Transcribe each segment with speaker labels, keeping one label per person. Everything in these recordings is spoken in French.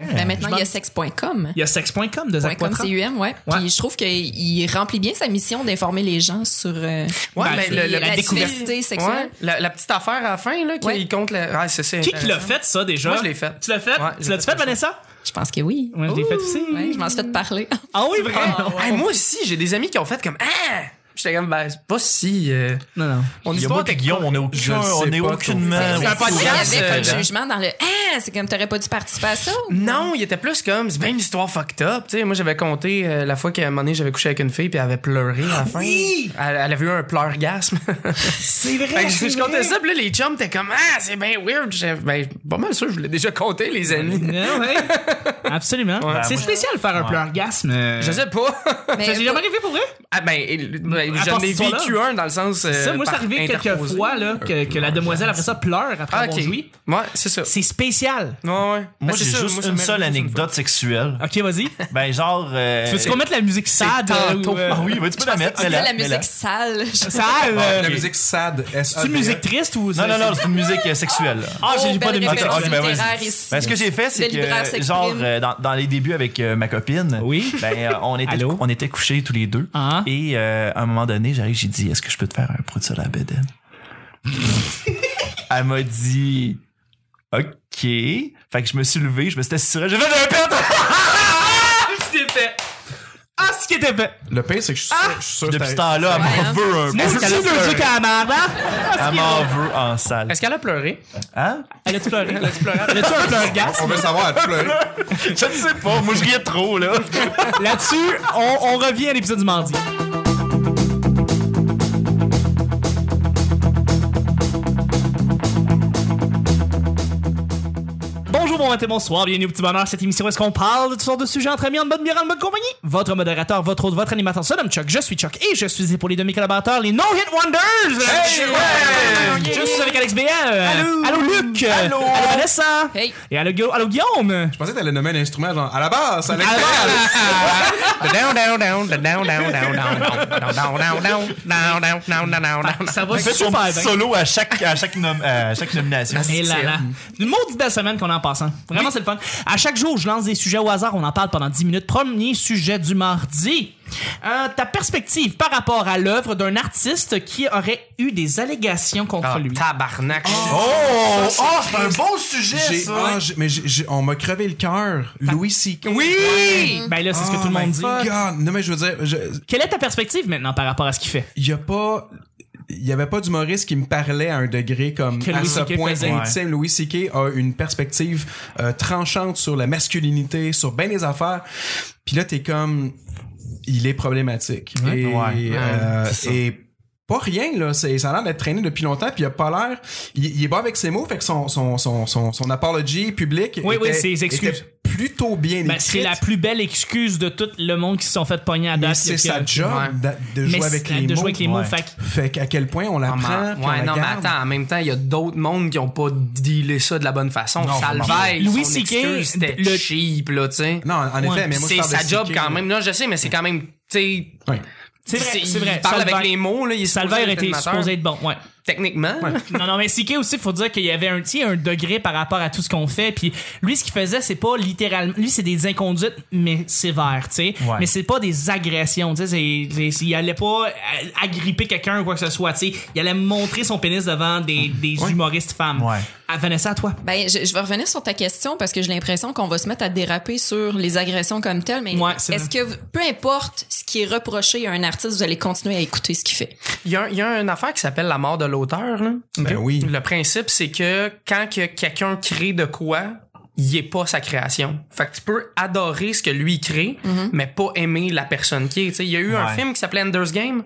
Speaker 1: Ben, maintenant,
Speaker 2: Je
Speaker 1: il y a
Speaker 2: pense-
Speaker 1: sex.com.
Speaker 2: Il y a sex.com de Zach
Speaker 1: Point com,
Speaker 2: Poitras.
Speaker 1: C-U-M, ouais.
Speaker 2: Ouais.
Speaker 1: Puis je trouve qu'il remplit bien sa mission d'informer les gens sur euh,
Speaker 2: Ben,
Speaker 3: Ouais, mais
Speaker 2: c'est-
Speaker 3: le- le-
Speaker 1: la,
Speaker 2: la découverte.
Speaker 1: diversité
Speaker 3: Ouais,
Speaker 1: sexuelle.
Speaker 3: la, la petite affaire à la fin, là, qui
Speaker 1: Ouais.
Speaker 3: compte la. Ah, c'est ça.
Speaker 2: Qui qui l'a
Speaker 3: intéressant.
Speaker 2: fait, ça, déjà?
Speaker 3: Moi, je l'ai fait.
Speaker 2: Tu l'as fait?
Speaker 3: Ouais,
Speaker 2: tu
Speaker 3: j'ai
Speaker 2: l'as-tu
Speaker 3: fait
Speaker 2: fait,
Speaker 3: ça.
Speaker 2: Vanessa?
Speaker 1: Je pense que oui.
Speaker 2: Ouais, je l'ai fait aussi.
Speaker 1: Ouais, je m'en suis fait parler.
Speaker 2: Ah oui, vrai?
Speaker 3: Hey, moi aussi, j'ai des amis qui ont fait comme. Ah! J'étais comme, ben, c'est pas si. euh,
Speaker 2: Non, non.
Speaker 3: Mon
Speaker 4: Il y a
Speaker 3: histoire
Speaker 4: moi
Speaker 3: était
Speaker 4: et Guillaume, on est
Speaker 3: Je
Speaker 4: aucun,
Speaker 3: le sais
Speaker 4: on est
Speaker 3: pas,
Speaker 4: aucunement.
Speaker 3: c'est
Speaker 1: Ben,
Speaker 3: un
Speaker 1: Il y
Speaker 3: podcast,
Speaker 1: avait
Speaker 3: euh,
Speaker 1: pas de jugement dans le Ah, c'est comme t'aurais pas dû participer à ça. ou-
Speaker 3: Non, il était plus comme c'est bien une histoire fucked up. Tu sais, moi j'avais compté euh, la fois qu'à un moment donné j'avais couché avec une fille puis elle avait pleuré à la fin.
Speaker 2: Oui!
Speaker 3: Elle, elle avait eu un pleurgasme.
Speaker 2: C'est
Speaker 3: Fait
Speaker 2: vrai.
Speaker 3: que je,
Speaker 2: c'est
Speaker 3: je
Speaker 2: vrai.
Speaker 3: comptais ça puis là les chums étaient comme ah c'est bien weird. J'étais, ben pas mal sûr je voulais déjà compté les amis.
Speaker 2: Ah Ouais, ouais. Absolument. c'est
Speaker 4: moi,
Speaker 2: spécial de faire un pleurgasme. euh,
Speaker 3: Je sais pas.
Speaker 1: Mais
Speaker 2: Ça s'est jamais arrivé pour vrai?
Speaker 3: ah ben, il- ben,
Speaker 2: À
Speaker 3: j'en
Speaker 2: part
Speaker 3: ai
Speaker 2: ce
Speaker 3: vécu un dans le sens. euh,
Speaker 2: Ça, moi, c'est
Speaker 3: par
Speaker 2: arrivé quelques
Speaker 3: interposé.
Speaker 2: fois là, que, que la demoiselle, après ça, pleure après
Speaker 3: Ah,
Speaker 2: avoir
Speaker 3: ok.
Speaker 2: joui.
Speaker 3: Ouais, c'est ça.
Speaker 2: C'est spécial.
Speaker 3: Ouais, ouais.
Speaker 4: Moi,
Speaker 3: Ben, c'est
Speaker 4: j'ai
Speaker 3: ça,
Speaker 4: juste
Speaker 3: moi, ça
Speaker 4: une
Speaker 3: m'est
Speaker 4: seule
Speaker 3: arrivé une fois.
Speaker 4: anecdote sexuelle.
Speaker 2: Ok, vas-y.
Speaker 4: Ben, genre. euh,
Speaker 2: Tu veux qu'on mette la musique sad? euh,
Speaker 3: tantôt. Ah,
Speaker 2: ou, euh,
Speaker 4: Ah oui, ben, tu peux la mettre.
Speaker 1: c'est
Speaker 4: mets-la,
Speaker 1: la
Speaker 4: mets-la.
Speaker 1: musique sale.
Speaker 2: Sad? euh,
Speaker 5: La musique sad.
Speaker 2: C'est une
Speaker 3: euh,
Speaker 2: musique triste ou
Speaker 4: Non, non, non, c'est une musique euh, sexuelle.
Speaker 2: Ah, j'ai
Speaker 1: Oh,
Speaker 2: pas de
Speaker 1: belle
Speaker 2: musique.
Speaker 4: Attends,
Speaker 1: référence
Speaker 4: ok, ben, vas-y.
Speaker 1: littéraire ici.
Speaker 4: Ben, ce que j'ai fait, c'est
Speaker 1: Le libraire
Speaker 4: que,
Speaker 1: s'exprime.
Speaker 4: genre, euh, dans, dans les débuts avec euh, ma copine,
Speaker 2: Oui.
Speaker 4: ben, euh, on, était,
Speaker 2: Allô?
Speaker 4: on était couchés tous les deux.
Speaker 2: Ah.
Speaker 4: Et euh, à un moment donné, j'arrive, j'ai dit Est-ce que je peux te faire un prout sur la bedaine Elle m'a dit OK. Fait que je me suis levé, je me suis assuré, j'ai fait un pet
Speaker 2: Ah, ce qui était fait.
Speaker 5: Le pire, c'est que je suis sûr- je suis sûr que
Speaker 4: Depuis ce
Speaker 5: c'est-
Speaker 4: temps-là, elle
Speaker 1: Ouais,
Speaker 4: m'en
Speaker 1: hein.
Speaker 4: veut un peu.
Speaker 2: Moi aussi,
Speaker 4: Elle
Speaker 2: deux trucs
Speaker 4: pleure.
Speaker 2: à la merde, hein?
Speaker 4: Elle m'en veut en salle.
Speaker 3: Est-ce qu'elle a pleuré?
Speaker 4: Hein?
Speaker 2: Elle a-tu pleuré? Elle a-tu pleuré? Elle a-tu un
Speaker 5: On
Speaker 2: pleurgasme?
Speaker 5: veut savoir, elle pleure.
Speaker 4: Je ne sais pas, moi je riais trop, là.
Speaker 2: Là-dessus, on, on revient à l'épisode du mardi. Bonjour, bon matin, bonsoir, bienvenue au Petit Bonheur, cette émission où est-ce qu'on parle de toutes sortes de sujets entre amis, en bonne bière, en bonne compagnie. Votre modérateur, votre hôte, votre animateur, se nomme Chuck, je suis Chuck et je suis épaulé de mes collaborateurs, les No Hit Wonders!
Speaker 4: ouais!
Speaker 2: Je suis avec Alex Béat. Allô! Allô Luc!
Speaker 4: Allô!
Speaker 2: Allô Vanessa!
Speaker 1: Hey.
Speaker 2: Et allô, Gu- allô Guillaume!
Speaker 5: Je pensais que t'allais nommer un instrument, genre, à la base, à la
Speaker 2: Allô,
Speaker 3: Down, down, down, down, down, down, down, down, down, down, down, down, down, down, down, down, down.
Speaker 2: Ça va
Speaker 4: Fais
Speaker 2: super
Speaker 4: son petit
Speaker 2: bien.
Speaker 4: solo à chaque, à chaque, nom- à chaque nomination.
Speaker 2: Et là là. Une maudite belle semaine qu'on a en passant. Vraiment, c'est le fun. À chaque jour, je lance des sujets au hasard. On en parle pendant 10 minutes. Premier sujet du mardi. Euh, ta perspective par rapport à l'œuvre d'un artiste qui aurait eu des allégations contre
Speaker 3: Ah,
Speaker 2: lui.
Speaker 3: Tabarnak.
Speaker 4: Oh, oh, c'est un bon sujet,
Speaker 5: J'ai, ah, j'ai- mais j'ai- j'ai- on m'a crevé le cœur. Louis C.K.
Speaker 3: Oui!
Speaker 2: Ben là, c'est ce que
Speaker 5: Oh
Speaker 2: tout le monde
Speaker 5: my
Speaker 2: dit.
Speaker 5: God. Non, mais je veux dire, je-
Speaker 2: Quelle est ta perspective maintenant par rapport à ce qu'il fait?
Speaker 5: il y a pas. Il y avait pas d'humoriste qui me parlait à un degré comme
Speaker 2: Que
Speaker 5: à
Speaker 2: Louis
Speaker 5: ce
Speaker 2: C.K.
Speaker 5: point
Speaker 2: faisait.
Speaker 5: intime. Louis C.K. a une perspective euh, tranchante sur la masculinité, sur bien des affaires. Puis là, t'es comme, il est problématique.
Speaker 4: Ouais.
Speaker 5: et, euh,
Speaker 4: Ouais, c'est ça.
Speaker 5: et pas rien, là. C'est, ça a l'air d'être traîné depuis longtemps, puis il a pas l'air. Il, il est bon avec ses mots, fait que son, son, son, son, son apology public.
Speaker 2: Oui, oui,
Speaker 5: était-
Speaker 2: ses excuses.
Speaker 5: était plutôt bien
Speaker 2: Ben, c'est
Speaker 5: écrite.
Speaker 2: la plus belle excuse de tout le monde qui se sont fait pogner à
Speaker 5: Mais
Speaker 2: date.
Speaker 5: c'est
Speaker 2: que-
Speaker 5: sa job d'a- de,
Speaker 2: Mais
Speaker 5: jouer
Speaker 2: c'est-
Speaker 5: avec les
Speaker 2: de
Speaker 5: mots.
Speaker 2: jouer avec les mots.
Speaker 4: Ouais.
Speaker 2: Fait que
Speaker 5: Fait qu'à quel point on la
Speaker 3: Ah,
Speaker 5: prend,
Speaker 3: mais-
Speaker 5: puis on
Speaker 3: ouais,
Speaker 5: la
Speaker 3: non, mais
Speaker 5: garde.
Speaker 3: attends, en même temps, il y a d'autres mondes qui ont pas dealé ça de la bonne façon.
Speaker 5: Non,
Speaker 3: Salvaille,
Speaker 2: Louis
Speaker 3: son
Speaker 2: C.K.,
Speaker 3: excuse, c'était
Speaker 2: le-
Speaker 3: cheap, là, tu sais.
Speaker 5: Non, en
Speaker 2: Ouais.
Speaker 5: effet, mais moi, je
Speaker 3: C'est
Speaker 5: parle de
Speaker 3: sa job
Speaker 5: Siki,
Speaker 3: quand
Speaker 5: là.
Speaker 3: même. Non, je sais, mais c'est quand même, tu sais,
Speaker 5: Ouais.
Speaker 2: c'est vrai, c'est vrai.
Speaker 3: Il parle avec
Speaker 2: Salvaire-
Speaker 3: les mots, là. Il est supposé
Speaker 2: Salvaire
Speaker 3: être
Speaker 2: était
Speaker 3: animateur.
Speaker 2: supposé être bon, ouais.
Speaker 3: Techniquement.
Speaker 2: Non, non, mais CK aussi, faut dire qu'il y avait un, petit un degré par rapport à tout ce qu'on fait. Puis lui, ce qu'il faisait, c'est pas littéralement. Lui, c'est des inconduites, mais sévères, tu sais.
Speaker 4: Ouais.
Speaker 2: Mais c'est pas des agressions, tu sais. c'est- c'est- c'est- Il allait pas euh, agripper quelqu'un ou quoi que ce soit, tu sais. Il allait montrer son pénis devant des, des humoristes femmes.
Speaker 4: Ouais.
Speaker 2: À Vanessa, à toi.
Speaker 1: Ben, je, je vais revenir sur ta question parce que j'ai l'impression qu'on va se mettre à déraper sur les agressions comme telles. Mais
Speaker 2: Ouais, c'est
Speaker 1: est-ce que, vous- peu importe ce qui est reproché à un artiste, vous allez continuer à écouter ce qu'il fait?
Speaker 3: Il y, a un- il y a une affaire qui s'appelle la mort de l'auteur. là.
Speaker 5: Ben
Speaker 3: Ok?
Speaker 5: oui.
Speaker 3: Le principe, c'est que quand que quelqu'un crée de quoi, il est pas sa création. Fait que tu peux adorer ce que lui crée, mais pas aimer la personne qui est. Tu sais, Il y a eu un
Speaker 4: Ouais.
Speaker 3: film qui s'appelait Ender's Game,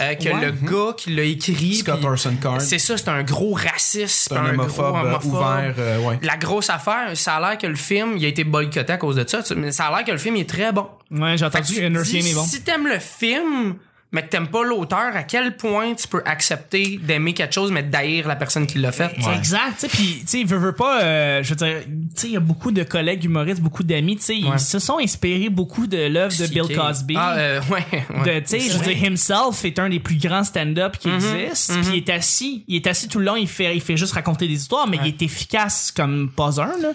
Speaker 3: euh, que
Speaker 2: Ouais.
Speaker 3: le gars qui l'a écrit...
Speaker 5: Mhm. Scott
Speaker 3: puis-
Speaker 5: Orson Card.
Speaker 3: C'est ça, c'est un gros raciste.
Speaker 5: C'est un
Speaker 3: gros
Speaker 5: homophobe, euh, ouvert, euh, ouais.
Speaker 3: La grosse affaire, ça a l'air que le film, il a été boycotté à cause de ça, tu- mais ça a l'air que le film il est très bon.
Speaker 2: Ouais, j'ai
Speaker 3: Fait que
Speaker 2: entendu.
Speaker 3: tu
Speaker 2: Inner
Speaker 3: dis,
Speaker 2: Game est bon.
Speaker 3: Si t'aimes le film, mais que t'aimes pas l'auteur, à quel point tu peux accepter d'aimer quelque chose, mais d'haïr la personne qui l'a fait. tu sais?
Speaker 2: Exact, tu sais, puis tu sais, veux, veux pas, euh, je veux dire, tu sais, il y a beaucoup de collègues humoristes, beaucoup d'amis, tu sais,
Speaker 3: Ouais.
Speaker 2: ils se sont inspirés beaucoup de l'œuvre de Bill
Speaker 3: Psyché.
Speaker 2: Cosby.
Speaker 3: Ah, euh, ouais, ouais.
Speaker 2: de, tu sais, je veux dire, himself est un des plus grands stand-up qui existe, puis il est assis, il est assis tout le long, il fait, il fait juste raconter des histoires, mais il est efficace comme pas un, là.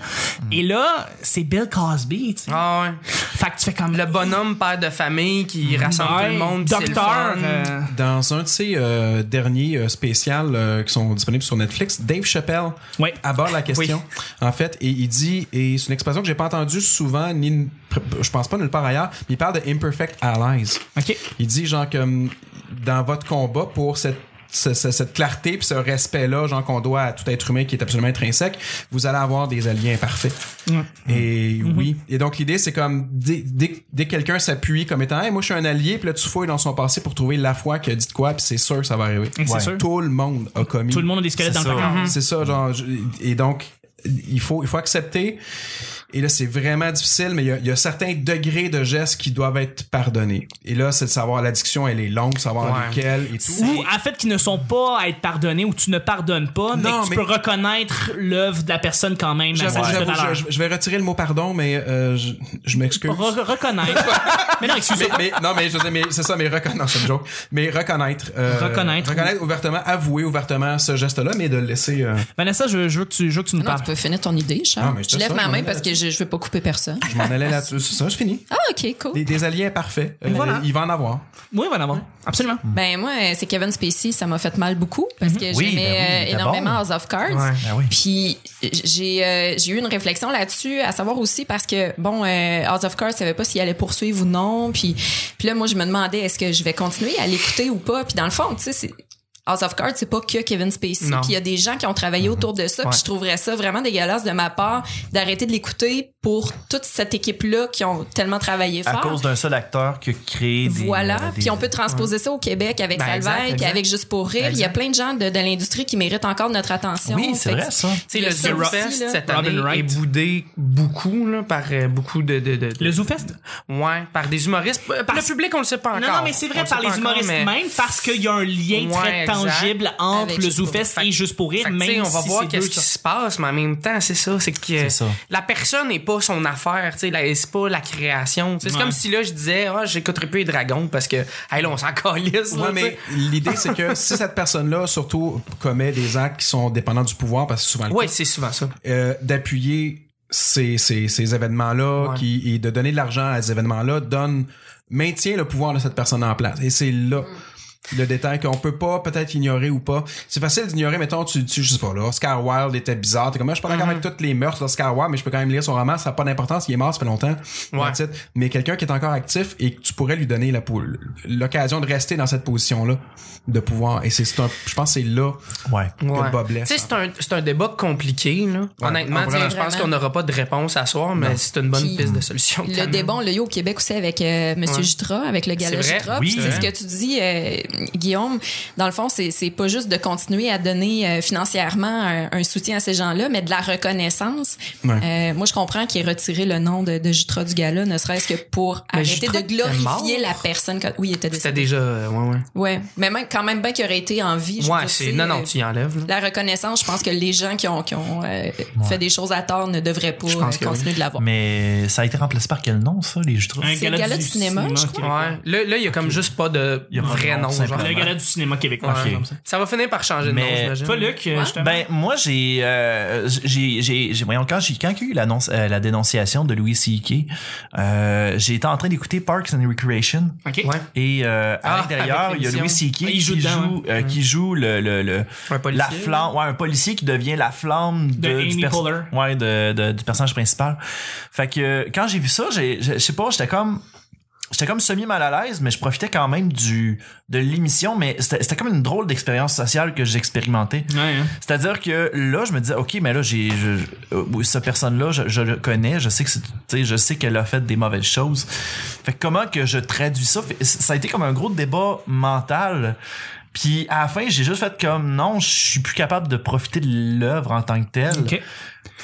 Speaker 2: Et là, c'est Bill Cosby, tu sais.
Speaker 3: Ah, ouais.
Speaker 2: Fait que tu fais comme...
Speaker 3: Le bonhomme père de famille qui rassemble tout
Speaker 2: Ouais,
Speaker 3: le monde. c'est le
Speaker 2: Docteur...
Speaker 3: fun.
Speaker 2: euh,
Speaker 5: Dans un de ses euh, derniers euh, spéciales euh, qui sont disponibles sur Netflix, Dave Chappelle
Speaker 2: Ouais.
Speaker 5: aborde la question, en fait, et il dit, et c'est une expression que j'ai pas entendue souvent, ni une- je pense pas nulle part ailleurs, mais il parle de imperfect allies.
Speaker 2: OK.
Speaker 5: Il dit genre comme dans votre combat pour cette ce- ce- cette clarté puis ce respect là genre qu'on doit à tout être humain qui est absolument intrinsèque vous allez avoir des alliés imparfaits et
Speaker 2: Mm-hmm.
Speaker 5: oui et donc l'idée c'est comme dès, dès, dès que quelqu'un s'appuie comme étant hey, moi je suis un allié puis là tu fouilles dans son passé pour trouver la foi qui a dit de quoi puis c'est sûr que ça va arriver
Speaker 2: C'est sûr.
Speaker 5: tout le monde a commis
Speaker 2: Tout le monde a des squelettes dans
Speaker 4: C'est
Speaker 2: le
Speaker 4: ça.
Speaker 2: corps.
Speaker 5: c'est ça, genre, je- et donc, il faut, il faut accepter. Et là, c'est vraiment difficile, mais il y, a, il y a certains degrés de gestes qui doivent être pardonnés. Et là, c'est de savoir, l'addiction, elle est longue, savoir
Speaker 3: Ouais.
Speaker 5: lequel et tout.
Speaker 2: Ou en fait qui ne sont pas à être pardonnés ou tu ne pardonnes pas, mais
Speaker 5: Non,
Speaker 2: que tu
Speaker 5: mais-
Speaker 2: peux reconnaître l'œuvre de la personne quand même. à
Speaker 5: J'avoue,
Speaker 2: sa juste
Speaker 5: j'avoue,
Speaker 2: valeur.
Speaker 5: je, je vais retirer le mot pardon, mais euh, je, je m'excuse.
Speaker 2: Re- reconnaître. mais non,
Speaker 5: Mais,
Speaker 2: excusez
Speaker 5: mais- non, mais je veux dire, mais c'est ça, mais reconnaître, c'est une joke. Mais reconnaître. euh,
Speaker 2: Reconnaître.
Speaker 5: Reconnaître ouvertement, avouer ouvertement ce geste-là, mais de le laisser. euh,
Speaker 2: Vanessa, je, je veux que tu, je veux que tu nous
Speaker 1: Non,
Speaker 2: parles.
Speaker 1: tu peux finir ton idée, Charles.
Speaker 5: Ah, mais je
Speaker 1: je
Speaker 5: te Ah.
Speaker 1: lève
Speaker 5: sens,
Speaker 1: ma
Speaker 5: je
Speaker 1: main
Speaker 5: m'en
Speaker 1: parce que je, je veux pas couper personne.
Speaker 5: je m'en allais là-dessus, c'est ça, je finis.
Speaker 1: Ah, ok, cool.
Speaker 5: Des, des alliés imparfaits. euh,
Speaker 2: Voilà.
Speaker 5: Il va en avoir.
Speaker 2: Oui, on va en avoir. Absolument.
Speaker 1: Ben moi, euh, c'est Kevin Spacey, ça m'a fait mal beaucoup parce que
Speaker 4: Mm. Oui,
Speaker 1: j'aimais
Speaker 4: ben oui,
Speaker 1: euh,
Speaker 4: il était
Speaker 1: énormément
Speaker 4: bon.
Speaker 1: House of Cards.
Speaker 3: Ouais,
Speaker 4: ben oui.
Speaker 1: Puis euh, j'ai euh, j'ai eu une réflexion là-dessus, à savoir aussi parce que bon, euh, House of Cards, je savais pas s'il allait poursuivre ou non. Puis puis là, moi, je me demandais est-ce que je vais continuer à l'écouter ou pas. Puis dans le fond, tu sais, c'est- House of Cards, c'est pas que Kevin Spacey.
Speaker 3: Non.
Speaker 1: Puis il y a des gens qui ont
Speaker 4: Mm-hmm.
Speaker 1: travaillé autour de ça. Puis je trouverais ça vraiment dégueulasse de ma part d'arrêter de l'écouter pour toute cette équipe-là qui ont tellement travaillé
Speaker 4: À
Speaker 1: fort.
Speaker 4: cause d'un seul acteur qui a créé des.
Speaker 1: Voilà.
Speaker 4: euh, des-
Speaker 1: Puis on peut transposer ça au Québec avec
Speaker 3: Ben, exact,
Speaker 1: Salvaille, puis
Speaker 3: exact.
Speaker 1: avec Juste pour rire. Il y a
Speaker 3: Exact.
Speaker 1: plein de gens de, de l'industrie qui méritent encore notre attention.
Speaker 4: Oui, c'est
Speaker 1: Fait que
Speaker 4: vrai, ça.
Speaker 3: Tu sais,
Speaker 1: Le
Speaker 3: le
Speaker 1: Zoo
Speaker 3: Zoo
Speaker 1: aussi, là.
Speaker 3: Fest cette
Speaker 2: Robin
Speaker 3: année
Speaker 2: Wright.
Speaker 3: est boudé beaucoup là, par euh, beaucoup de, de, de- de-
Speaker 2: Le ZooFest?
Speaker 3: ouais, par des humoristes. Euh,
Speaker 2: Parce-
Speaker 3: Le public, on le sait pas encore.
Speaker 2: Non, non, mais c'est
Speaker 3: On
Speaker 2: vrai
Speaker 3: le
Speaker 2: par
Speaker 3: sait
Speaker 2: les
Speaker 3: pas encore,
Speaker 2: humoristes
Speaker 3: mais-
Speaker 2: même parce qu'il y a un lien
Speaker 3: Ouais,
Speaker 2: très
Speaker 3: exact.
Speaker 2: tangible entre
Speaker 1: Avec
Speaker 2: le
Speaker 1: Juste pour
Speaker 2: ZooFest
Speaker 3: Fait-
Speaker 2: et Juste pour rire,
Speaker 3: Fait que, tu
Speaker 2: même
Speaker 3: sais, on va
Speaker 2: si
Speaker 3: voir
Speaker 2: c'est
Speaker 3: qu'est-ce
Speaker 2: deux
Speaker 3: qui
Speaker 2: sortes.
Speaker 3: se passe, mais en même temps, c'est ça, c'est que
Speaker 4: C'est ça.
Speaker 3: la personne n'est pas son affaire, tu sais, la- c'est pas la création. tu sais. C'est
Speaker 2: Ouais.
Speaker 3: comme si là je disais, ah, j'écouterai plus les dragons parce que, hey, là, on s'en calisse. là,
Speaker 5: Ouais,
Speaker 3: tu sais.
Speaker 5: mais l'idée, c'est que si cette personne-là, surtout, commet des actes qui sont dépendants du pouvoir, parce que c'est souvent le
Speaker 3: Ouais,
Speaker 5: cas,
Speaker 3: c'est souvent ça.
Speaker 5: euh, d'appuyer ces, ces, ces événements-là
Speaker 3: Ouais.
Speaker 5: qui, et de donner de l'argent à ces événements-là, donne, maintient le pouvoir de cette personne en place. Et c'est là.
Speaker 3: Mm.
Speaker 5: Le détail qu'on peut pas peut-être ignorer ou pas. C'est facile d'ignorer, mettons, tu, tu, je sais pas, là, Oscar Wilde était bizarre. T'es comme, Ah, je suis pas d'accord avec
Speaker 3: Mm-hmm.
Speaker 5: toutes les mœurs d'Oscar Wilde, mais je peux quand même lire son roman, ça n'a pas d'importance, il est mort, ça fait longtemps.
Speaker 3: Ouais.
Speaker 5: That's it. Mais quelqu'un qui est encore actif et que tu pourrais lui donner la pou- l'occasion de rester dans cette position-là de pouvoir. Et c'est, c'est un, je pense que c'est là
Speaker 4: Ouais.
Speaker 5: que le bas blesse.
Speaker 3: Tu sais, c'est un, c'est un débat compliqué, là. Honnêtement,
Speaker 5: on
Speaker 3: tu sais,
Speaker 5: pourrait-
Speaker 3: je pense qu'on n'aura pas de réponse à soir, mais c'est une bonne
Speaker 1: Puis
Speaker 3: piste de solution. quand
Speaker 1: Le
Speaker 3: même.
Speaker 1: débat, on l'a eu au Québec aussi avec euh, Monsieur
Speaker 3: Ouais.
Speaker 1: Jutra, avec le gala
Speaker 3: C'est vrai. hein.
Speaker 1: Jutra.
Speaker 4: Oui,
Speaker 1: Puis
Speaker 4: c'est
Speaker 1: c'est ce que
Speaker 4: vrai.
Speaker 1: tu dis, euh, Guillaume. Dans le fond, c'est c'est pas juste de continuer à donner euh, financièrement un, un soutien à ces gens-là, mais de la reconnaissance.
Speaker 5: Ouais.
Speaker 1: Euh, moi, je comprends qu'il ait retiré le nom de, de Jutra du gala, ne serait-ce que pour
Speaker 3: Mais
Speaker 1: arrêter
Speaker 3: Jutra
Speaker 1: de glorifier
Speaker 3: était
Speaker 1: la
Speaker 3: mort.
Speaker 1: personne. que- Oui, il était
Speaker 3: C'était
Speaker 1: décédé.
Speaker 3: déjà. euh, ouais, ouais.
Speaker 1: Ouais, mais même quand même bien qu'il aurait été en vie. je veux
Speaker 3: Ouais,
Speaker 1: dire,
Speaker 3: c'est. Non, non,
Speaker 1: euh,
Speaker 3: tu y enlèves, là.
Speaker 1: la reconnaissance, je pense que les gens qui ont, qui ont euh, fait des choses à tort ne devraient pas
Speaker 3: Je pense
Speaker 1: euh,
Speaker 3: que
Speaker 1: continuer de l'avoir.
Speaker 4: Mais ça a été remplacé par quel nom, ça, les Jutras?
Speaker 2: Un
Speaker 1: C'est le gala du cinéma, je crois.
Speaker 2: québécois.
Speaker 3: Ouais. Là, là, il y a comme juste pas de
Speaker 4: Il y a pas de
Speaker 3: vrai
Speaker 4: nom,
Speaker 3: nom, genre.
Speaker 4: simplement.
Speaker 2: Le gala du cinéma québécois.
Speaker 3: Ouais.
Speaker 2: c'est comme ça.
Speaker 3: Ça va finir par changer de nom,
Speaker 4: Mais-
Speaker 3: j'imagine.
Speaker 2: Toi, Luc, euh, justement.
Speaker 4: Ben moi j'ai euh, j'ai j'ai j'ai- voyons quand j'ai quand il y a eu l'annonce euh, la dénonciation de Louis C.K. euh, j'ai été en train d'écouter Parks and Recreation
Speaker 2: OK.
Speaker 3: Ouais.
Speaker 4: et euh, à
Speaker 3: Ah,
Speaker 4: l'intérieur
Speaker 3: avec
Speaker 4: il y a Louis
Speaker 3: l'émission.
Speaker 4: C.K.
Speaker 2: Ah, il
Speaker 4: qui
Speaker 2: joue
Speaker 4: joue
Speaker 2: dedans,
Speaker 4: euh, qui joue le le, le
Speaker 3: Un policier.
Speaker 4: la flamme ouais un policier qui devient la flamme de,
Speaker 2: De
Speaker 4: du
Speaker 2: Amy
Speaker 4: perso-
Speaker 2: Poehler.
Speaker 4: ouais de, de- du personnage principal fait que euh, quand j'ai vu ça j'ai je je sais pas j'étais comme j'étais comme semi mal à l'aise mais je profitais quand même du de l'émission mais c'était c'était comme une drôle d'expérience sociale que j'expérimentais
Speaker 2: Ouais, hein.
Speaker 4: c'est-à-dire que là, je me disais, ok, mais là, j'ai, je- je- euh, cette personne-là, je, je le connais, je sais que c'est, tu sais, je sais qu'elle a fait des mauvaises choses. Fait que comment que je traduis ça Fait- Ça a été comme un gros débat mental. Puis à la fin, j'ai juste fait comme non, je suis plus capable de profiter de l'œuvre en tant que telle.
Speaker 2: OK.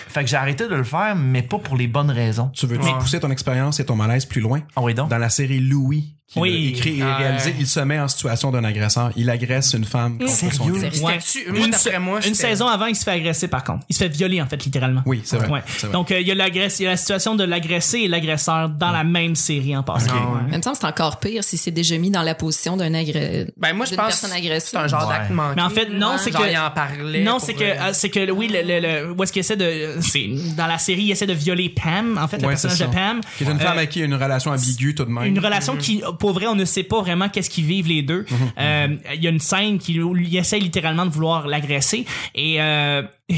Speaker 4: Fait que j'ai arrêté de le faire, mais pas pour les bonnes raisons.
Speaker 5: Tu veux-tu
Speaker 3: Ouais.
Speaker 5: pousser ton expérience et ton malaise plus loin?
Speaker 4: Ah oui donc.
Speaker 5: Dans la série Louis, qui
Speaker 2: Oui.
Speaker 5: l'a écrit et
Speaker 3: Ouais.
Speaker 5: réalisé, il se met en situation d'un agresseur. Il agresse une femme contre son
Speaker 4: Sérieux?
Speaker 5: gré.
Speaker 1: Sérieux?
Speaker 2: Ouais.
Speaker 3: C'était-tu- moi,
Speaker 2: une,
Speaker 3: d'après
Speaker 2: sa-
Speaker 3: moi,
Speaker 2: une
Speaker 3: c'était-
Speaker 2: saison avant, il se fait agresser par contre. Il se fait violer en fait, littéralement.
Speaker 5: Oui, c'est vrai.
Speaker 2: Ouais.
Speaker 5: C'est vrai.
Speaker 2: Donc euh, il y a l'agresse- il y a la situation de l'agressé et l'agresseur dans la même série en passant.
Speaker 3: Ah ouais.
Speaker 2: Ouais.
Speaker 1: Même temps, c'est encore pire si c'est déjà mis dans la position d'un agré...
Speaker 3: Ben, moi, je
Speaker 1: d'une
Speaker 3: pense
Speaker 1: personne
Speaker 3: que
Speaker 1: agressée.
Speaker 3: c'est un genre
Speaker 4: Ouais.
Speaker 3: d'acte manqué. hein?
Speaker 2: Mais en fait, non,
Speaker 1: Ouais.
Speaker 2: c'est
Speaker 3: Genre,
Speaker 2: que
Speaker 3: il en parlait.
Speaker 2: Non,
Speaker 3: pour,
Speaker 2: c'est que,
Speaker 3: euh,
Speaker 2: euh, c'est que oui, le, le, le- où est-ce qu'il essaie de. C'est, dans la série, il essaie de violer Pam, en fait, le
Speaker 5: Ouais,
Speaker 2: personnage
Speaker 5: c'est
Speaker 2: de
Speaker 5: ça.
Speaker 2: Pam.
Speaker 5: Qui est une
Speaker 2: Euh,
Speaker 5: femme à qui il y a une relation ambiguë tout de même.
Speaker 2: une relation qui, pour vrai, on ne sait pas vraiment qu'est-ce qu'ils vivent les deux. Euh, Il y a une scène qui où il essaie littéralement de vouloir l'agresser et, euh,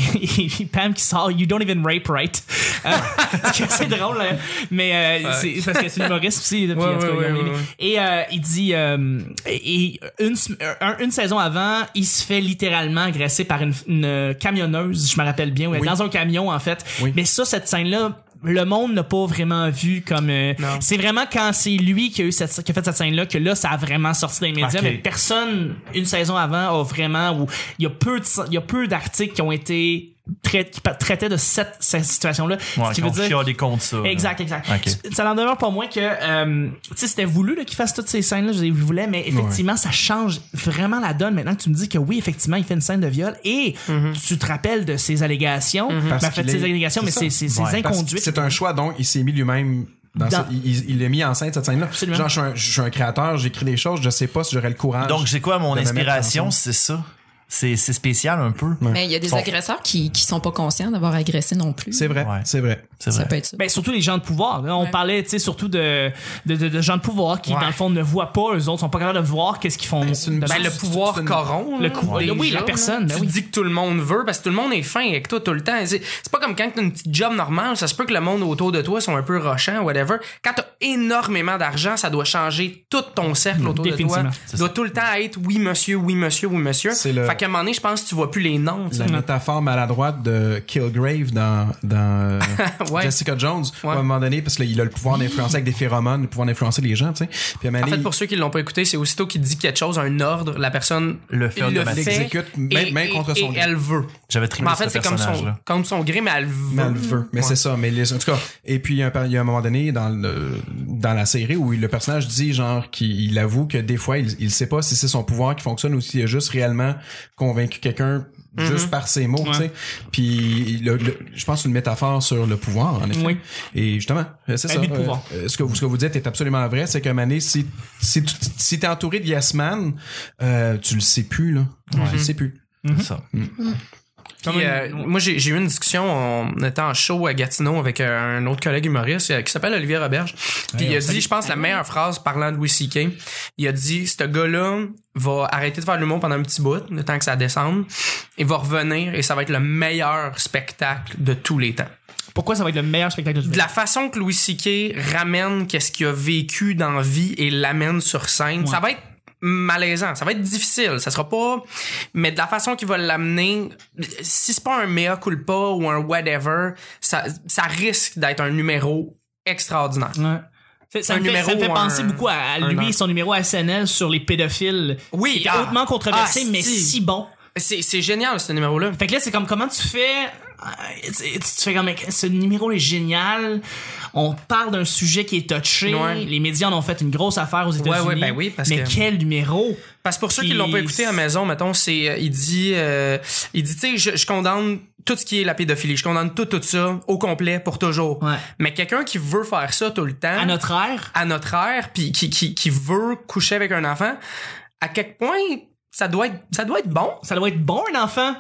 Speaker 2: et Pam qui sort You don't even rape right. Euh, ce qui est assez drôle, hein. mais euh, c'est parce que c'est une humoriste aussi. puis
Speaker 3: Ouais,
Speaker 2: en tout cas,
Speaker 3: ouais,
Speaker 2: ils ont
Speaker 3: ouais,
Speaker 2: aimé.
Speaker 3: ouais.
Speaker 2: Et euh, il dit euh, et une, sem- un- une saison avant, il se fait littéralement agresser par une, une camionneuse, je me rappelle bien, ouais,
Speaker 5: Oui.
Speaker 2: dans un camion en fait.
Speaker 5: Oui.
Speaker 2: Mais ça, cette scène-là, le monde n'a pas vraiment vu comme. euh,
Speaker 3: Non.
Speaker 2: c'est vraiment quand c'est lui qui a, eu cette, qui a fait cette scène-là que là, ça a vraiment sorti dans les médias.
Speaker 4: Ok.
Speaker 2: Mais personne, une saison avant, a vraiment. Où il y a peu de, il y a peu d'articles qui ont été trai- qui pa- traitaient de cette, cette situation-là.
Speaker 4: Ouais,
Speaker 2: ce qui
Speaker 4: qu'on
Speaker 2: veut dire
Speaker 4: chiale des comptes, ça. là.
Speaker 2: Exact, exact.
Speaker 4: Ok.
Speaker 2: Ça n'en demeure pas moins que, euh, tu sais, c'était voulu là, qu'il fasse toutes ces scènes-là, je les voulais, mais effectivement, ça change vraiment la donne maintenant que tu me dis que oui, effectivement, il fait une scène de viol et
Speaker 3: Mhm.
Speaker 2: tu te rappelles de ses allégations. Ben,
Speaker 5: Parce
Speaker 2: en fait,
Speaker 5: qu'il
Speaker 2: ses
Speaker 5: est-
Speaker 2: allégations,
Speaker 5: c'est
Speaker 2: mais
Speaker 5: ça.
Speaker 2: ses, ses, ses
Speaker 4: Ouais.
Speaker 5: Parce que
Speaker 2: inconduites.
Speaker 5: C'est un choix, donc il s'est mis lui-même. Dans
Speaker 2: Dans-
Speaker 5: ce- il, il a mis en scène cette scène-là.
Speaker 2: Absolument.
Speaker 5: Genre, je suis, un, je suis un créateur, j'écris des choses, je sais pas si j'aurais le courage.
Speaker 4: Donc, c'est quoi mon
Speaker 5: de me mettre
Speaker 4: inspiration?
Speaker 5: ensemble.
Speaker 4: C'est ça. C'est c'est spécial un peu.
Speaker 1: Mais il y a des
Speaker 4: Bon.
Speaker 1: agresseurs qui, qui sont pas conscients d'avoir agressé non plus.
Speaker 5: C'est vrai,
Speaker 4: Ouais.
Speaker 5: c'est vrai.
Speaker 4: C'est
Speaker 1: Ça
Speaker 4: vrai.
Speaker 1: peut être ça.
Speaker 2: Ben, surtout les gens de pouvoir. là. On
Speaker 1: Ouais.
Speaker 2: parlait, tu sais, surtout de, de, de- de gens de pouvoir qui,
Speaker 3: Ouais.
Speaker 2: dans le fond, ne voient pas, eux autres, sont pas capables de voir qu'est-ce qu'ils font.
Speaker 5: c'est une-
Speaker 2: de-
Speaker 3: Ben, le
Speaker 5: C'est-
Speaker 3: pouvoir
Speaker 5: c'est une-
Speaker 3: corrompt.
Speaker 2: Le
Speaker 3: là,
Speaker 2: cou-
Speaker 3: déjà,
Speaker 2: oui, la
Speaker 3: là.
Speaker 2: personne, ben
Speaker 3: Tu
Speaker 2: oui.
Speaker 3: dis que tout le monde veut parce que tout le monde est fin avec toi tout le temps. C'est c'est pas comme quand t'as une petite job normale, ça se peut que le monde autour de toi sont un peu rochants, whatever. Quand t'as énormément d'argent, ça doit changer tout ton cercle autour de toi.
Speaker 2: définitivement.
Speaker 4: C'est
Speaker 3: Ça doit tout le temps être oui monsieur, oui monsieur, oui monsieur.
Speaker 5: C'est le-
Speaker 3: Fait qu'à un moment donné, je pense que tu vois plus les noms. tu sais.
Speaker 5: La métaphore maladroite de Kilgrave dans, dans euh,
Speaker 3: Ouais.
Speaker 5: Jessica Jones, où
Speaker 3: Ouais.
Speaker 5: à un moment donné, parce qu'il a le pouvoir d'influencer avec des phéromones, le pouvoir d'influencer les gens, tu sais. Puis à un moment
Speaker 3: En fait,
Speaker 5: donné,
Speaker 3: pour ceux qui l'ont pas écouté, c'est aussitôt qu'il dit quelque chose, un ordre, la personne
Speaker 4: Le fait automatiquement.
Speaker 5: L'exécute, même-
Speaker 3: et-
Speaker 5: même contre
Speaker 3: et-
Speaker 5: son
Speaker 3: et
Speaker 5: gré.
Speaker 3: elle veut.
Speaker 4: J'avais trimé
Speaker 3: Mais en fait,
Speaker 4: ce
Speaker 3: c'est comme son,
Speaker 4: personnage-là.
Speaker 3: comme son gré, mais elle
Speaker 5: Mais
Speaker 3: veut.
Speaker 5: elle le veut. Mais
Speaker 3: Ouais.
Speaker 5: c'est ça. Mais les- en tout cas, et puis il y a un par- il y a un moment donné dans le dans la série où il- le personnage dit genre qu'il il avoue que des fois il, il sait pas si c'est son pouvoir qui fonctionne ou s'il a juste réellement convaincu quelqu'un
Speaker 2: Mm-hmm.
Speaker 5: juste par ses mots, tu sais. Puis le- le- je pense une métaphore sur le pouvoir en effet.
Speaker 2: Oui.
Speaker 5: Et justement, euh, c'est
Speaker 2: Un
Speaker 5: ça.
Speaker 2: but de pouvoir.
Speaker 5: euh, ce que vous ce que vous dites est absolument vrai, c'est que Mané si si tu si t'es entouré de yes man, euh, tu le sais plus là.
Speaker 2: Mm-hmm.
Speaker 5: Tu le sais plus.
Speaker 2: Mhm.
Speaker 4: C'est ça.
Speaker 3: Puis, euh, moi, j'ai j'ai eu une discussion, on était en show à Gatineau avec euh, un autre collègue humoriste euh, qui s'appelle Olivier Roberge. Puis il a dit, je pense, la meilleure phrase parlant de Louis C.K. Il a dit, ce gars-là va arrêter de faire de l'humour pendant un petit bout, le temps que ça descende. Il va revenir et ça va être le meilleur spectacle de tous les temps.
Speaker 2: Pourquoi ça va être le meilleur spectacle de
Speaker 3: De la façon que Louis C.K. ramène qu'est-ce qu'il a vécu dans la vie et l'amène sur scène, ça va être malaisant, ça va être difficile, ça sera pas mais de la façon qu'il va l'amener si c'est pas un mea culpa ou un whatever, ça ça risque d'être un numéro extraordinaire.
Speaker 2: Ouais. C'est- Ça,
Speaker 3: Un
Speaker 2: me fait,
Speaker 3: numéro
Speaker 2: ça me fait
Speaker 3: ou
Speaker 2: penser
Speaker 3: un-
Speaker 2: beaucoup à, à
Speaker 3: un
Speaker 2: lui
Speaker 3: an.
Speaker 2: et son numéro SNL sur les pédophiles.
Speaker 3: Oui,
Speaker 2: Qui était
Speaker 3: ah,
Speaker 2: hautement controversé,
Speaker 3: ah,
Speaker 2: mais
Speaker 3: si.
Speaker 2: si bon.
Speaker 3: C'est c'est génial ce numéro là.
Speaker 2: Fait que là, c'est comme comment tu fais. euh, Tu, tu- tu fais comme mec, ce numéro est génial. On parle d'un sujet qui est touché.
Speaker 3: Ouais.
Speaker 2: Les médias en ont fait une grosse affaire aux États-Unis.
Speaker 3: ouais, ben oui, parce
Speaker 2: mais
Speaker 3: que-
Speaker 2: quel numéro
Speaker 3: Parce que pour ceux qui
Speaker 2: Puis-
Speaker 3: l'ont pas écouté à la maison, mettons, c'est euh, il dit euh, il dit tu sais je, je condamne tout ce qui est la pédophilie, je condamne tout tout ça au complet pour toujours.
Speaker 2: Ouais.
Speaker 3: Mais quelqu'un qui veut faire ça tout le temps
Speaker 2: à notre ère.
Speaker 3: à notre ère puis qui, qui, qui veut coucher avec un enfant, à quel point ça doit être ça doit être bon
Speaker 2: Ça doit être bon un enfant.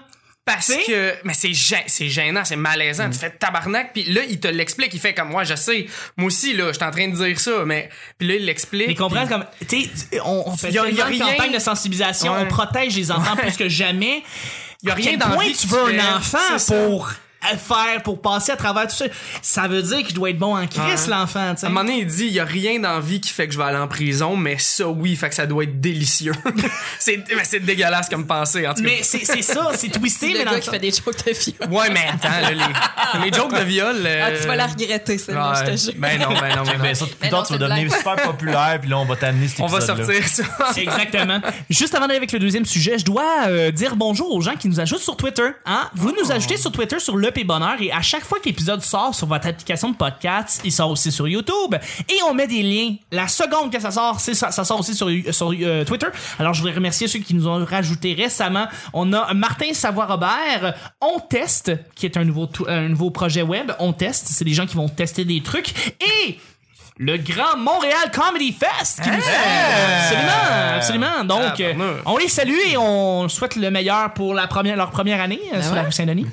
Speaker 3: parce
Speaker 2: T'sais?
Speaker 3: que mais c'est gê- c'est gênant, c'est malaisant, tu fais tabarnak puis là il te l'explique, il fait comme moi, je sais, moi aussi là, je suis en train de dire ça mais puis là il l'explique.
Speaker 2: Mais comprendre
Speaker 3: puis-
Speaker 2: comme tu sais, on, on fait
Speaker 3: Y a- y a
Speaker 2: tellement de
Speaker 3: rien-
Speaker 2: campagnes de sensibilisation,
Speaker 3: Ouais.
Speaker 2: on protège les enfants plus que jamais.
Speaker 3: Y a
Speaker 2: À
Speaker 3: rien
Speaker 2: quel
Speaker 3: dans la
Speaker 2: point
Speaker 3: vie
Speaker 2: tu
Speaker 3: qui
Speaker 2: veux
Speaker 3: fait-
Speaker 2: un enfant
Speaker 3: c'est ça.
Speaker 2: pour euh, faire pour passer à travers tout ça. Ça veut dire qu'il doit être bon en crise
Speaker 3: Ouais.
Speaker 2: l'enfant, tu sais.
Speaker 3: À un moment donné, il dit, il y a rien dans la vie qui fait que je vais aller en prison, mais ça, oui, fait que ça doit être délicieux. c'est, mais c'est dégueulasse comme pensée, en tout cas.
Speaker 2: Mais c'est c'est ça, c'est twisté
Speaker 1: le
Speaker 2: mais dans
Speaker 1: gars
Speaker 2: le
Speaker 1: qui
Speaker 2: sens-
Speaker 1: fait des jokes de viol.
Speaker 3: Ouais, mais attends, là, les, les jokes de viol.
Speaker 1: Ah, tu
Speaker 3: euh,
Speaker 1: vas la regretter, celle-là,
Speaker 3: ouais.
Speaker 1: je te jure.
Speaker 3: Ben non, ben non, ben non.
Speaker 4: Ben, ça, plus
Speaker 1: Mais
Speaker 4: tard,
Speaker 1: non,
Speaker 4: tu
Speaker 1: c'est
Speaker 4: vas
Speaker 1: une
Speaker 4: devenir
Speaker 1: blague.
Speaker 4: super populaire, puis là, on va t'amener cet
Speaker 3: On va
Speaker 4: épisode-là.
Speaker 3: sortir ça.
Speaker 2: Exactement. Juste avant
Speaker 1: Oh.
Speaker 2: d'aller avec le deuxième sujet, je dois euh, dire bonjour aux gens qui nous ajoutent sur Twitter. Hein? Vous nous ajoutez sur Twitter sur le développer Bonheur et à chaque fois que l'épisode sort sur votre application de podcast, il sort aussi sur YouTube et on met des liens. La seconde que ça sort, c'est ça, ça sort aussi sur, sur euh, Twitter. Alors je voudrais remercier ceux qui nous ont rajouté récemment. On a Martin Savoie-Robert, On Teste, qui est un nouveau, tw- un nouveau projet web. On Teste, c'est des gens qui vont tester des trucs et le grand Montréal Comedy Fest qui nous suit. absolument absolument donc euh,
Speaker 3: Tabarnouche.
Speaker 2: on les salue et on souhaite le meilleur pour la première leur première année euh, sur la
Speaker 1: ouais.
Speaker 2: rue Saint-Denis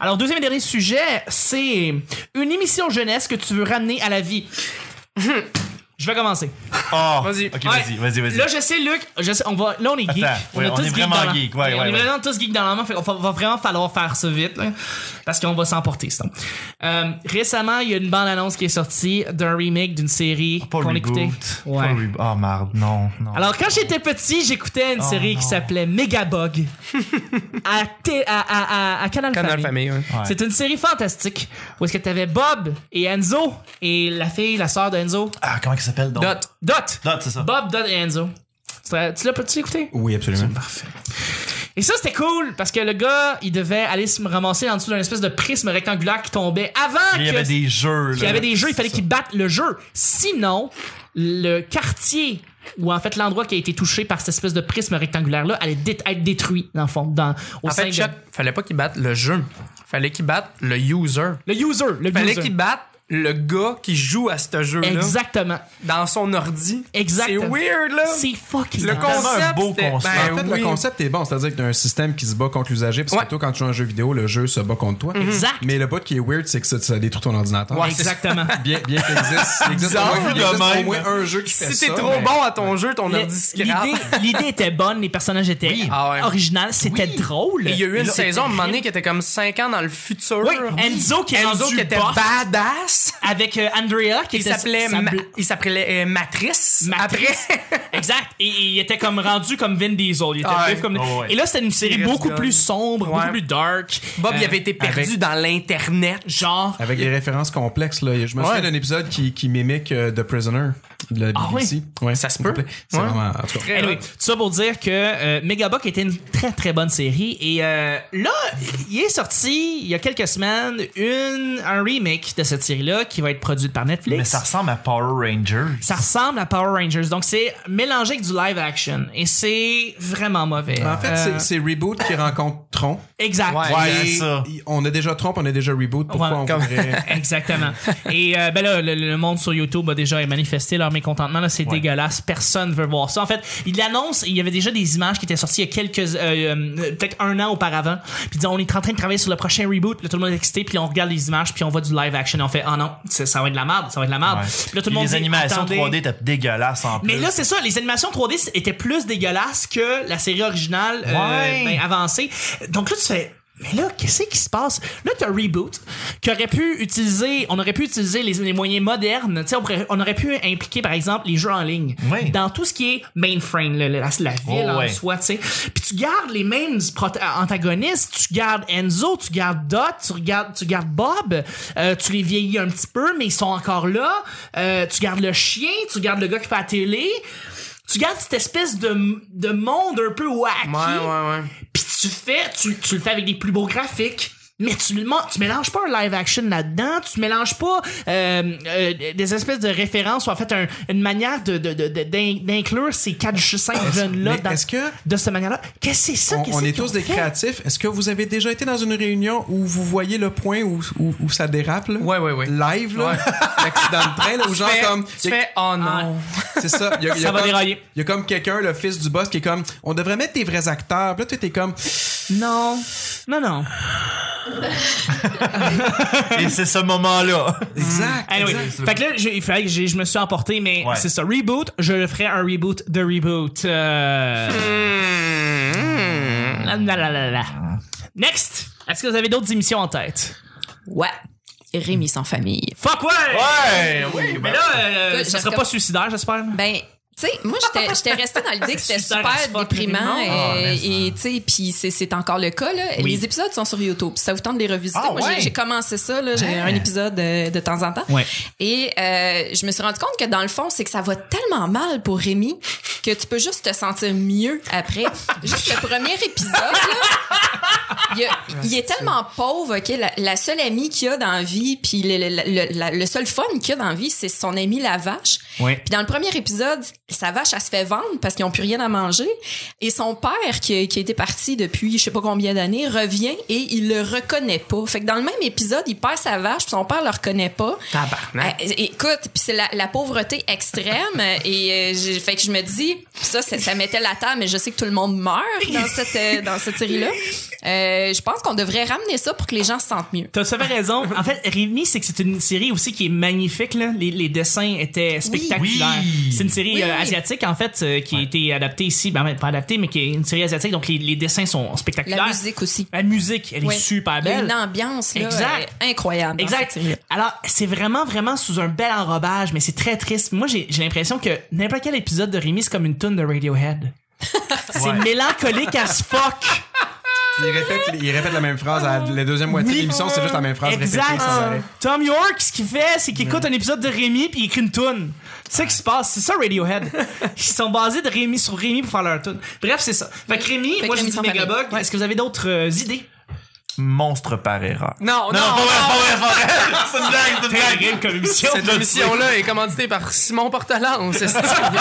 Speaker 2: alors deuxième et dernier sujet c'est une émission jeunesse que tu veux ramener à la vie je vais commencer
Speaker 4: Oh,
Speaker 3: Vas-y.
Speaker 4: Ok,
Speaker 2: Ouais.
Speaker 4: vas-y, vas-y, vas-y.
Speaker 2: là je sais Luc je sais- on va là on est geek
Speaker 4: Attends, ouais, on est vraiment
Speaker 2: dans la-
Speaker 4: geek, ouais,
Speaker 2: on
Speaker 4: ouais,
Speaker 2: est
Speaker 4: ouais.
Speaker 2: vraiment tous geeks dans la main fait qu'on va, va vraiment falloir faire ça vite là, parce qu'on va s'emporter sinon. Euh, récemment il y a une bande annonce qui est sortie d'un remake d'une série
Speaker 4: Oh, Pas
Speaker 2: qu'on écoutait
Speaker 4: reboot. Pas
Speaker 2: Ouais.
Speaker 4: reboot. Oh, merde, non, non.
Speaker 2: Alors, quand j'étais petit, j'écoutais une série
Speaker 4: Oh, non.
Speaker 2: qui s'appelait Megabug à, T- à, à, à- à Canal,
Speaker 3: Canal
Speaker 2: Famille.
Speaker 3: Famille, ouais.
Speaker 4: Ouais.
Speaker 2: C'est une série fantastique où est-ce que t'avais Bob et Enzo et la fille, la sœur d'Enzo,
Speaker 4: Ah, comment il s'appelle donc
Speaker 3: Dot.
Speaker 2: Dot.
Speaker 4: Dot, c'est ça.
Speaker 2: Bob, Dot et Enzo. Tu l'as- Tu l'as peux-tu écouté?
Speaker 5: Oui, absolument.
Speaker 2: Et ça, c'était cool parce que le gars, il devait aller se ramasser en dessous d'un espèce de prisme rectangulaire qui tombait avant
Speaker 4: il y
Speaker 2: que-
Speaker 4: avait des jeux.
Speaker 2: Puis il
Speaker 4: là.
Speaker 2: y avait des jeux, il fallait qu'ils battent le jeu. Sinon, le quartier ou en fait l'endroit qui a été touché par cette espèce de prisme rectangulaire là allait dé- être détruit dans le fond dans au
Speaker 3: En
Speaker 2: sein
Speaker 3: fait,
Speaker 2: de-
Speaker 3: Chuck, fallait pas qu'il batte le jeu. Fallait qu'il batte le user.
Speaker 2: le user le
Speaker 3: Fallait
Speaker 2: user.
Speaker 3: qu'il batte le gars qui joue à ce jeu-là.
Speaker 2: exactement
Speaker 3: Dans son ordi.
Speaker 2: Exactement.
Speaker 3: C'est weird, là.
Speaker 2: c'est fucking
Speaker 3: Le
Speaker 2: dingue.
Speaker 4: tellement
Speaker 3: concept.
Speaker 4: un beau
Speaker 3: c'était-
Speaker 4: concept.
Speaker 5: En
Speaker 3: Ben
Speaker 5: fait,
Speaker 3: oui.
Speaker 5: le concept est bon, c'est-à-dire que t'as un système qui se bat contre l'usager, parce que
Speaker 3: Ouais.
Speaker 5: toi, quand tu joues à un jeu vidéo, le jeu se bat contre toi.
Speaker 2: Exact.
Speaker 5: Mais le bout qui est weird, c'est que ça, ça détruit ton ordinateur.
Speaker 3: Ouais.
Speaker 2: exactement
Speaker 5: Bien, bien qu'il existe, il existe,
Speaker 3: Bizarre
Speaker 5: au moins- il existe
Speaker 4: de
Speaker 5: au
Speaker 4: même.
Speaker 5: moins un jeu qui fait
Speaker 3: Si
Speaker 5: ça. ben,
Speaker 3: t'es trop
Speaker 5: mais-
Speaker 3: bon à ton jeu, ton ordi se
Speaker 2: L'idée-
Speaker 3: crappe.
Speaker 2: l'idée était bonne les personnages étaient
Speaker 3: Ah ouais.
Speaker 2: originales c'était drôle
Speaker 3: Et Il y a eu une
Speaker 2: là,
Speaker 3: saison, à un moment donné, qui était comme 5 ans dans le futur.
Speaker 2: oui Enzo qui est
Speaker 3: Enzo
Speaker 2: rendu
Speaker 3: qui était
Speaker 2: boss
Speaker 3: badass.
Speaker 2: avec euh, Andrea qui
Speaker 3: Il
Speaker 2: était-
Speaker 3: s'appelait
Speaker 2: sa-
Speaker 3: Ma- il s'appelait euh, Matrice.
Speaker 2: Matrice.
Speaker 3: Après,
Speaker 2: Exact. Et, et il était comme rendu comme Vin Diesel. Il était
Speaker 3: Ah ouais.
Speaker 2: bref comme.
Speaker 4: Oh ouais.
Speaker 2: Et là, c'était une série
Speaker 3: reste
Speaker 2: beaucoup
Speaker 3: là.
Speaker 2: plus sombre,
Speaker 3: Ouais.
Speaker 2: beaucoup plus dark.
Speaker 3: Bob,
Speaker 2: Euh,
Speaker 3: il avait été perdu
Speaker 5: avec-
Speaker 3: dans l'internet.
Speaker 2: Genre.
Speaker 5: Avec des références complexes, là. Je me souviens d'un épisode qui, qui mimique euh, The Prisoner de la
Speaker 2: Ah
Speaker 5: BBC. Ouais,
Speaker 3: Ça se
Speaker 5: s'il vous
Speaker 3: peut.
Speaker 5: plaît. C'est
Speaker 3: Ouais.
Speaker 5: vraiment, en tout cas.
Speaker 3: Très
Speaker 2: Anyway, tout ça pour dire que euh, Megabuck était une très très bonne série et euh, là il est sorti il y a quelques semaines une un remake de cette série là qui va être produite par Netflix.
Speaker 4: Mais ça ressemble à Power Rangers.
Speaker 2: Ça ressemble à Power Rangers donc c'est mélangé avec du live action et c'est vraiment mauvais.
Speaker 5: En fait,
Speaker 2: Euh,
Speaker 5: c'est- c'est Reboot qui rencontre Tron.
Speaker 2: exact.
Speaker 3: Ouais.
Speaker 4: Ouais,
Speaker 5: Et
Speaker 4: c'est ça.
Speaker 5: y- On a déjà Trump, on a déjà Reboot. Pourquoi
Speaker 2: Ouais,
Speaker 5: on
Speaker 2: comme-
Speaker 5: voudrait...
Speaker 2: Exactement. Et euh, ben là, le, le monde sur YouTube a déjà manifesté leur mécontentement. Là, c'est dégueulasse. Personne veut voir ça. En fait, il l'annonce. Il y avait déjà des images qui étaient sorties il y a quelques, euh, euh, peut-être un an auparavant. Puis disons, on est en train de travailler sur le prochain reboot. Là, tout le monde est excité. Puis on regarde les images. Puis on voit du live action. Et on fait, ah non, ça ça va être de la merde. Ça va être de la merde.
Speaker 4: Ouais.
Speaker 2: Puis là, tout
Speaker 4: Puis
Speaker 2: le monde
Speaker 4: les
Speaker 2: dit,
Speaker 4: animations
Speaker 2: attendez.
Speaker 4: 3D étaient dégueulasses en plus.
Speaker 2: Mais là, c'est ça, les animations 3D c- étaient plus dégueulasses que la série originale euh,
Speaker 4: Ouais.
Speaker 2: ben, avancée. Donc là, tu fais. Mais là, qu'est-ce qui se passe? Là, t'as un reboot qui aurait pu utiliser, on aurait pu utiliser les, les moyens modernes. Tu sais, on, pourrait- on aurait pu impliquer, par exemple, les jeux en ligne.
Speaker 4: Oui.
Speaker 2: Dans tout ce qui est mainframe, le- le- la, la ville
Speaker 4: Oh,
Speaker 2: en
Speaker 4: ouais.
Speaker 2: soi, tu sais. Puis tu gardes les mêmes prota- antagonistes, tu gardes Enzo, tu gardes Dot, tu regardes, tu gardes Bob, euh, tu les vieillis un petit peu, mais ils sont encore là. Euh, tu gardes le chien, tu gardes le gars qui fait la télé. Tu gardes cette espèce de, de monde un peu wacky.
Speaker 3: Ouais, ouais, ouais.
Speaker 2: Puis tu fais, tu, tu le fais avec des plus beaux graphiques. Mais tu, le mon- tu mélanges pas un live action là-dedans, tu mélanges pas euh, euh, des espèces de références ou en fait un- une manière de, de- de- de- d'in- d'inclure ces quatre cinq jeunes-là
Speaker 5: Ah, mais
Speaker 2: dans-
Speaker 5: est-ce que-
Speaker 2: de cette manière-là. Qu'est-ce que c'est ça?
Speaker 5: On,
Speaker 2: Qu'est-ce
Speaker 5: on
Speaker 2: c'est
Speaker 5: est
Speaker 2: qu'ils
Speaker 5: tous
Speaker 2: ont
Speaker 5: des
Speaker 2: fait?
Speaker 5: créatifs. Est-ce que vous avez déjà été dans une réunion où vous voyez le point où, où, où ça dérape, là?
Speaker 3: Ouais, ouais, ouais.
Speaker 5: Live, là? L'accident de train, là, où genre
Speaker 3: Tu fais-
Speaker 5: comme...
Speaker 3: tu fais, oh non.
Speaker 5: C'est ça. Il y a- il y a
Speaker 2: Ça va
Speaker 5: comme-
Speaker 2: dérailler.
Speaker 5: Il y a comme quelqu'un, le fils du boss, qui est comme, on devrait mettre des vrais acteurs. Puis là, toi, t'es comme,
Speaker 2: Hmm. Non. Non, non.
Speaker 4: Et c'est ce moment-là.
Speaker 5: exact.
Speaker 2: Anyway,
Speaker 5: exact.
Speaker 2: fait que là, j'ai- il fallait que j'ai- je me suis emporté, mais
Speaker 4: Ouais.
Speaker 2: c'est ça. Reboot, je le ferai un reboot de reboot. Euh... La, la, la, la, la. Next! Est-ce que vous avez d'autres émissions en tête?
Speaker 1: Ouais. Rémi sans famille.
Speaker 2: Fuck ouais!
Speaker 4: Ouais, oui,
Speaker 2: Mais
Speaker 4: ben-
Speaker 2: là, euh,
Speaker 1: Écoute,
Speaker 2: ça
Speaker 1: je
Speaker 2: sera
Speaker 1: recomm-
Speaker 2: pas suicidaire, j'espère.
Speaker 1: Ben, tu sais, moi, j'étais- j'étais restée dans l'idée que c'était
Speaker 2: Super
Speaker 1: super
Speaker 2: à spot,
Speaker 1: déprimant.
Speaker 2: Rémi.
Speaker 4: Ah,
Speaker 1: euh,
Speaker 4: mais ça.
Speaker 1: et, tu sais, puis c'est- c'est encore le cas, là.
Speaker 2: Oui.
Speaker 1: Les épisodes sont sur YouTube. Si ça vous tente de les revisiter,
Speaker 4: Ah,
Speaker 1: moi, j'ai-
Speaker 4: ouais.
Speaker 1: j'ai commencé ça, là. J'ai un épisode euh, de, temps en temps.
Speaker 2: Ouais.
Speaker 1: Et euh, je me suis rendu compte que, dans le fond, c'est que ça va tellement mal pour Rémi que tu peux juste te sentir mieux après. juste le premier épisode, là, il, y a- il est tellement pauvre, OK? La, la seule amie qu'il a dans la vie, puis le, le- le- la- le seul fun qu'il a dans la vie, c'est son ami la vache.
Speaker 2: Oui.
Speaker 1: Puis dans le premier épisode, sa vache, elle se fait vendre parce qu'ils n'ont plus rien à manger. Et son père, qui, a- qui était parti depuis je sais pas combien d'années, revient et il le reconnaît pas. Fait que dans le même épisode, il perd sa vache, puis son père le reconnaît pas.
Speaker 3: Tabarnak.
Speaker 1: Euh, écoute, puis c'est la, la pauvreté extrême. et euh, j'ai- fait que je me dis, ça, ça, ça mettait la table, mais je sais que tout le monde meurt dans cette, euh, dans cette série-là. Euh, je pense qu'on devrait ramener ça pour que les gens se sentent mieux.
Speaker 2: T'as tout à fait raison. En fait, Rémi, c'est que c'est une série aussi qui est magnifique. Là. Les, les dessins étaient spectaculaires.
Speaker 4: Oui.
Speaker 2: C'est une série
Speaker 1: Oui,
Speaker 2: euh,
Speaker 1: oui.
Speaker 2: asiatique, en fait, euh, qui a été adaptée ici. Ben, ben, pas adaptée, mais qui est une série asiatique. Donc, les, les dessins sont
Speaker 1: La
Speaker 2: spectaculaires.
Speaker 1: musique aussi.
Speaker 2: La musique, elle
Speaker 1: Ouais.
Speaker 2: est super
Speaker 1: Il y a
Speaker 2: belle.
Speaker 1: Une ambiance là,
Speaker 2: Exact.
Speaker 1: euh, incroyable. dans cette
Speaker 2: Exact.
Speaker 1: série-là.
Speaker 2: Alors, c'est vraiment, vraiment sous un bel enrobage, mais c'est très triste. Moi, j'ai j'ai l'impression que n'importe quel épisode de Rémi, c'est comme une toune de Radiohead. c'est mélancolique as fuck.
Speaker 5: Il répète, il répète la même phrase à la deuxième moitié de l'émission, c'est juste la même phrase
Speaker 2: Exact. Euh, Ah.
Speaker 5: répétée sans arrêt.
Speaker 2: Tom York, ce qu'il fait, c'est qu'il écoute un épisode de Rémi puis il écrit une toune. C'est ça qui se passe. C'est ça Radiohead. Ils sont basés de Rémi sur Rémi pour faire leur toune. Bref, c'est ça. Fait que Rémi,
Speaker 1: que
Speaker 2: moi je
Speaker 1: Rémi
Speaker 2: dis
Speaker 1: sans
Speaker 2: Megabug. Est-ce que vous avez d'autres euh, idées?
Speaker 4: Monstre par erreur.
Speaker 3: Non, non, non,
Speaker 4: C'est une blague, c'est une blague.
Speaker 2: Terrible comme émission.
Speaker 3: Cette émission-là est commanditée par Simon Portalance. c'est ça.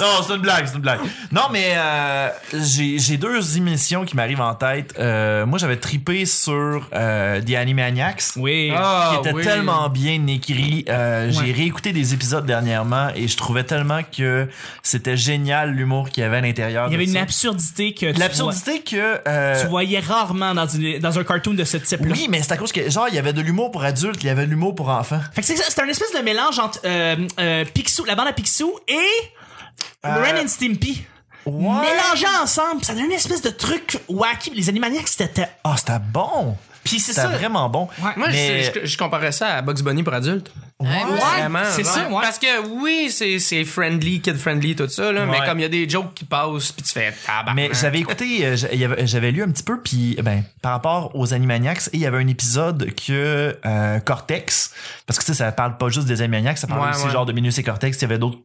Speaker 4: Non, c'est une blague, c'est une blague. Non, mais euh, j'ai j'ai deux émissions qui m'arrivent en tête. Euh, moi, j'avais tripé sur euh, The Animaniacs.
Speaker 2: Oui.
Speaker 3: Ah,
Speaker 4: qui était
Speaker 3: oui.
Speaker 4: tellement bien écrit. Euh,
Speaker 2: Ouais.
Speaker 4: J'ai réécouté des épisodes dernièrement et je trouvais tellement que c'était génial l'humour qu'il y avait à l'intérieur.
Speaker 2: Il y
Speaker 4: de
Speaker 2: avait une
Speaker 4: ça.
Speaker 2: absurdité que tu,
Speaker 4: L'absurdité que...
Speaker 2: vois-
Speaker 4: euh,
Speaker 2: tu voyais rarement dans, une- dans un cartoon de ce type-là.
Speaker 4: oui, mais c'est à cause que, genre, il y avait de l'humour pour adultes, il y avait de l'humour pour enfants.
Speaker 2: Fait que c'est ça, c'est un espèce de mélange entre euh, euh, Picsou, la bande à Picsou et Ren and Stimpy.
Speaker 4: Ouais.
Speaker 2: Mélangés ensemble, ça donne une espèce de truc wacky. Les Animaniacs, c'était
Speaker 4: Ah, c'était bon!
Speaker 2: Puis c'est
Speaker 4: C'était
Speaker 2: ça.
Speaker 4: vraiment bon.
Speaker 2: Ouais.
Speaker 3: Moi,
Speaker 4: Mais-
Speaker 3: je, je- je comparais ça à Bugs Bunny pour adultes.
Speaker 1: Ouais.
Speaker 3: Vraiment,
Speaker 2: c'est
Speaker 3: genre.
Speaker 2: ça, ouais.
Speaker 3: Parce que oui, c'est c'est friendly, kid-friendly, tout ça, là, mais
Speaker 4: Ouais.
Speaker 3: comme il y a des jokes qui passent, puis tu fais tabarnak.
Speaker 4: Mais j'avais écouté, euh, j'a- il y avait- j'avais lu un petit peu, puis ben, par rapport aux Animaniacs, et il y avait un épisode que euh, Cortex, parce que tu sais, ça parle pas juste des Animaniacs, ça parle
Speaker 3: Ouais,
Speaker 4: aussi
Speaker 3: ouais.
Speaker 4: genre de Minus et Cortex, il y avait d'autres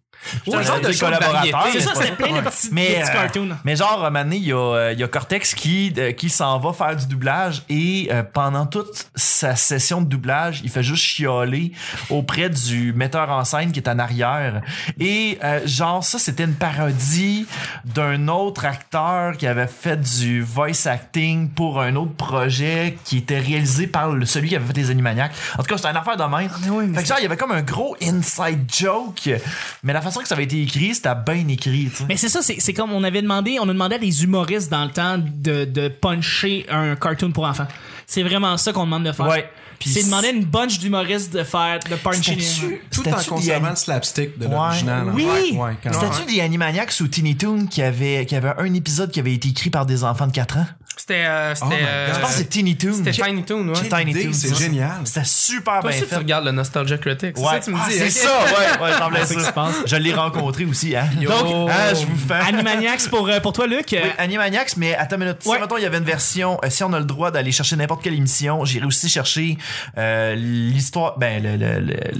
Speaker 3: C'est un
Speaker 4: euh,
Speaker 3: genre de
Speaker 4: des
Speaker 3: show de variété.
Speaker 2: C'est ça,
Speaker 4: n'est-ce
Speaker 2: c'était
Speaker 4: pas?
Speaker 2: plein de petits,
Speaker 4: Mais,
Speaker 2: de petits
Speaker 4: euh,
Speaker 2: cartoons.
Speaker 4: mais genre, à un moment donné, il y, a, euh, il y a Cortex qui, euh, qui s'en va faire du doublage et euh, pendant toute sa session de doublage, il fait juste chialer auprès du metteur en scène qui est en arrière. Et euh, genre, ça, c'était une parodie d'un autre acteur qui avait fait du voice acting pour un autre projet qui était réalisé par le- celui qui avait fait les Animaniacs. En tout cas, c'était une affaire de même. fait que genre, il y avait comme un gros inside joke, mais la façon que ça avait été écrit, c'était bien écrit, tu sais.
Speaker 2: Mais c'est ça, c'est c'est comme on avait demandé, on a demandé à des humoristes dans le temps de, de puncher un cartoon pour enfants. C'est vraiment ça qu'on demande de faire.
Speaker 4: Ouais. Puis
Speaker 2: C'est
Speaker 4: c'est-
Speaker 2: demander à une bunch d'humoristes de faire de puncher.
Speaker 4: C'était-tu-
Speaker 5: Tout en
Speaker 4: c'était-tu
Speaker 5: conservant
Speaker 4: des-
Speaker 5: le slapstick de
Speaker 4: Ouais.
Speaker 5: l'original. hein.
Speaker 2: Oui.
Speaker 5: Ouais, ouais, quand même.
Speaker 4: C'était-tu des Animaniacs ou Teeny Toon qui avait, qui avait un épisode qui avait été écrit par des enfants de 4 ans?
Speaker 3: C'était. euh, c'était,
Speaker 5: Oh my God.
Speaker 4: Je
Speaker 3: euh,
Speaker 4: pense que c'est Teeny Toon.
Speaker 3: c'était
Speaker 4: J'ai-
Speaker 3: Tiny Toon, ouais.
Speaker 5: Quelle
Speaker 3: Toi
Speaker 4: Tiny
Speaker 5: idée,
Speaker 4: Toons,
Speaker 5: C'est
Speaker 4: ça.
Speaker 5: génial.
Speaker 4: C'était super bien
Speaker 3: aussi, tu
Speaker 4: fait.
Speaker 3: regardes le Nostalgia Critic. C'est
Speaker 4: Ouais.
Speaker 3: ça que tu me
Speaker 4: Ah,
Speaker 3: dis.
Speaker 4: c'est
Speaker 3: ok.
Speaker 4: ça, ouais, ouais, semblait
Speaker 2: C'est ce qui
Speaker 4: ça.
Speaker 2: se passe.
Speaker 4: Je l'ai rencontré aussi, hein.
Speaker 3: Yo.
Speaker 4: Donc, hein, je vous fais.
Speaker 2: Animaniacs pour, euh, pour toi, Luc. euh,
Speaker 4: Oui, Animaniacs, mais attends une minute. Si,
Speaker 2: Ouais.
Speaker 4: mettons, il y avait une version, euh, si on a le droit d'aller chercher n'importe quelle émission, j'irai aussi chercher euh, l'histoire, ben, le- le- le-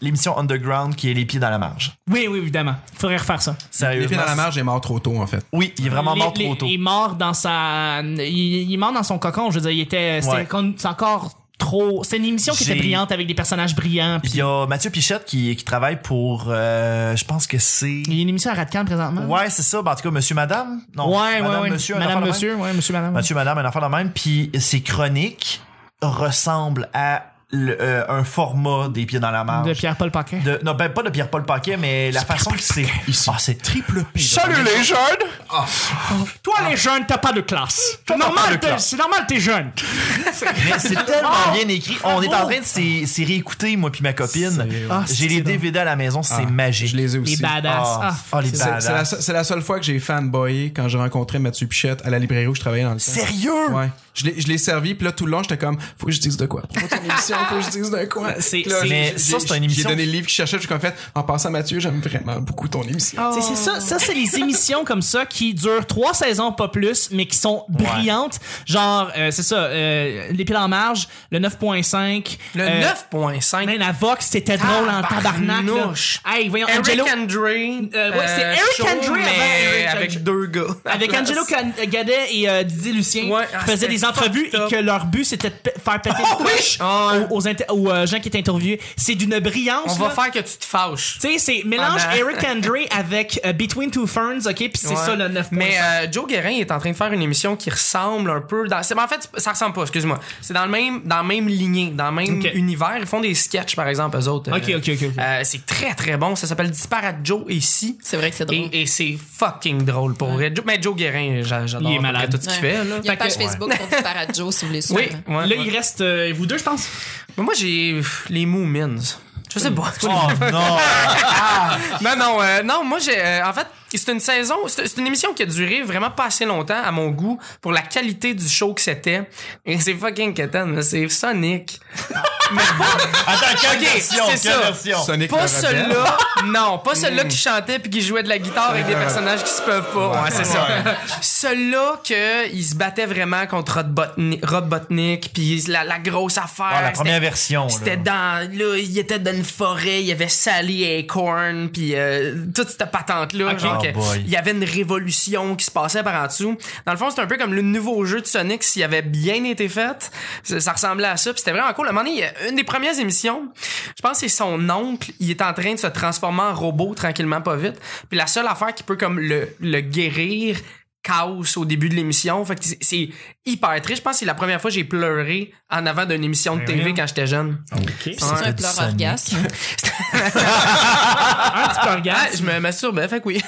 Speaker 4: l'émission Underground qui est Les Pieds dans la Marge.
Speaker 2: oui, oui, évidemment. Faudrait refaire ça.
Speaker 4: Sérieusement.
Speaker 5: Les pieds dans la marge est mort trop tôt, en fait.
Speaker 4: Oui, il est vraiment
Speaker 2: Les-
Speaker 4: mort trop
Speaker 2: les-
Speaker 4: tôt.
Speaker 2: Il est mort dans sa. Il, il est mort dans son cocon. Je veux dire, il était. c'était
Speaker 4: Ouais.
Speaker 2: con- C'est encore trop. C'est une émission qui était
Speaker 4: J'ai-
Speaker 2: brillante avec des personnages brillants.
Speaker 4: Puis
Speaker 2: Puis
Speaker 4: il y a Mathieu Pichette qui, qui travaille pour, euh, je pense que c'est.
Speaker 2: il y a une émission à Radcan présentement.
Speaker 4: Ouais, c'est ça. Ben, en tout cas, Monsieur, Madame. Non,
Speaker 2: ouais,
Speaker 4: Madame,
Speaker 2: ouais, ouais.
Speaker 4: Monsieur, un
Speaker 2: Madame,
Speaker 4: enfant de
Speaker 2: Monsieur, ouais, Monsieur, Madame.
Speaker 4: même. Mathieu, Madame, un enfant de même. Puis ses chroniques ressemblent à le- euh, un format des pieds dans la marge.
Speaker 2: De Pierre-Paul Paquin.
Speaker 4: De- non, ben, pas de Pierre-Paul Paquet, mais la façon que c'est. Ah, c'est
Speaker 5: Triple P.
Speaker 4: Salut les jeunes!
Speaker 2: Toi, les jeunes, t'as pas de classe.
Speaker 4: Toi, t'as
Speaker 2: Normal,
Speaker 4: pas de
Speaker 2: t'es-
Speaker 4: classe.
Speaker 2: C'est normal, t'es jeune.
Speaker 4: Mais c'est tellement
Speaker 2: Wow!
Speaker 4: bien écrit. On est en train de s'y s'y réécouter, moi puis ma copine.
Speaker 5: C'est-
Speaker 2: Ah, c'est-
Speaker 4: J'ai les
Speaker 2: c'est
Speaker 4: DVD à la maison, c'est
Speaker 5: Ah,
Speaker 4: magique.
Speaker 5: Je les ai
Speaker 2: Les
Speaker 5: aussi.
Speaker 2: badass.
Speaker 4: Ah, ah, les
Speaker 2: c'est-
Speaker 5: C'est- C'est la,
Speaker 4: badass.
Speaker 5: se- c'est la seule fois que j'ai fanboyé quand j'ai rencontré Mathieu Pichette à la librairie où je travaillais dans le temps.
Speaker 4: Sérieux?
Speaker 5: Ouais. Je l'ai- je l'ai servi, puis là, tout le long, j'étais comme, faut que je dise de quoi. Pour votre émission, faut que je dise d'un coin.
Speaker 2: C'est-
Speaker 5: Puis là,
Speaker 2: c'est-
Speaker 5: j'ai-
Speaker 4: mais
Speaker 5: j'ai-
Speaker 4: ça, Euh, c'est une
Speaker 5: J'ai
Speaker 4: émission-
Speaker 5: donné le livre que je cherchais, j'ai comme fait, en passant Mathieu, j'aime vraiment beaucoup ton émission.
Speaker 2: Tu sais, C'est ça, ça c'est les émissions comme ça qui durent trois saisons pas plus, mais qui sont brillantes. Genre, euh, c'est ça, euh, les piles en marge, le 9.5,
Speaker 3: Le
Speaker 2: euh,
Speaker 3: 9.5.
Speaker 2: même la Vox, c'était drôle en tabarnak. là.
Speaker 3: Tabarnouche.
Speaker 2: Hey, voyons,
Speaker 3: Eric
Speaker 2: Angelo,
Speaker 3: Andre.
Speaker 2: Euh, ouais, c'est Eric
Speaker 3: chaud,
Speaker 2: Andre avant
Speaker 3: mais
Speaker 2: Eric
Speaker 3: avec
Speaker 2: Andre.
Speaker 3: deux gars. à
Speaker 2: avec
Speaker 3: la
Speaker 2: Angelo
Speaker 3: place.
Speaker 2: Can- Gadet et euh, Didier Lucien,
Speaker 3: Ouais, ah,
Speaker 2: qui faisaient des
Speaker 3: c'était
Speaker 2: entrevues
Speaker 3: fucked
Speaker 2: et
Speaker 3: up.
Speaker 2: que leur but c'était de pe- faire péter
Speaker 3: Oh
Speaker 2: le
Speaker 3: oui!
Speaker 2: coche
Speaker 3: Ah ouais.
Speaker 2: aux, aux inter- aux, euh, gens qui étaient interviewés. C'est d'une brillance.
Speaker 3: On va
Speaker 2: là.
Speaker 3: faire que tu te fâches.
Speaker 2: Tu sais, c'est mélange
Speaker 3: Ah, ben.
Speaker 2: Eric Andre avec euh, Between Two Ferns, ok, puis c'est
Speaker 3: Ouais.
Speaker 2: ça le 9.5.
Speaker 3: Mais euh, Joe Guérin est en train de faire une émission qui ressemble un peu dans c'est mais en fait ça ressemble pas, excuse-moi. C'est dans le même dans le même lignée, dans le même
Speaker 2: Ok.
Speaker 3: univers, ils font des sketchs par exemple eux autres.
Speaker 2: Ok, ok, ok, ok.
Speaker 3: euh, c'est très très bon, ça s'appelle Disparate Joe et si
Speaker 1: C'est vrai que c'est drôle.
Speaker 3: et, et c'est fucking drôle pour vrai. Joe- Mais Joe Guérin, j'a- j'adore
Speaker 2: Il est
Speaker 3: à peu près
Speaker 2: malade.
Speaker 3: tout ce qu'il
Speaker 1: Ouais.
Speaker 3: fait là.
Speaker 1: Il y a
Speaker 3: Fait
Speaker 1: une
Speaker 3: que-
Speaker 1: page Facebook pour Disparate Joe si vous voulez
Speaker 3: Oui,
Speaker 1: suivre.
Speaker 3: ouais,
Speaker 2: là,
Speaker 3: ouais.
Speaker 2: il reste euh, vous deux, je pense.
Speaker 3: Mais moi j'ai pff, les Moomins. Je sais pas.
Speaker 4: Oh non!
Speaker 3: Non, non, euh, non, moi, j'ai. euh, en fait, c'est une saison, c'est c'est une émission qui a duré vraiment pas assez longtemps, à mon goût, pour la qualité du show que c'était. Et c'est fucking quétaine, là, c'est Sonic.
Speaker 4: Attends, quelle
Speaker 3: Ok,
Speaker 4: version?
Speaker 3: c'est
Speaker 4: Quelle
Speaker 3: ça.
Speaker 4: version?
Speaker 5: Sonic
Speaker 3: Pas
Speaker 5: le rebelle.
Speaker 3: celui-là, non, pas celui-là qui chantait puis qui jouait de la guitare avec des personnages qui se peuvent pas. Ouais, c'est ça. Celui-là qu'il se battait vraiment contre Robotnik, Robotnik puis la, la grosse affaire.
Speaker 4: Ah, la
Speaker 3: c'était-
Speaker 4: première version. là.
Speaker 3: C'était dans. Là, il était dans une forêt, il y avait Sally Acorn, puis euh, toute cette patente-là. genre
Speaker 4: Oh
Speaker 3: que
Speaker 4: boy.
Speaker 3: il y avait une révolution qui se passait par en dessous. Dans le fond, c'était un peu comme le nouveau jeu de Sonic s'il avait bien été fait. Ça, ça ressemblait à ça, puis c'était vraiment cool. À un moment donné, il y a une des premières émissions, je pense que c'est son oncle, il est en train de se transformer en robot tranquillement, pas vite. Puis la seule affaire qui peut comme le, le guérir, chaos au début de l'émission. Fait que c'est- c'est hyper triste. Je pense que c'est la première fois que j'ai pleuré en avant d'une émission de TV quand j'étais jeune.
Speaker 1: C'est
Speaker 3: Ouais.
Speaker 1: un pleur
Speaker 4: Sonic.
Speaker 1: orgasme.
Speaker 2: Un petit peu
Speaker 3: Ah,
Speaker 2: regarde.
Speaker 3: je me masturbais, fait que oui.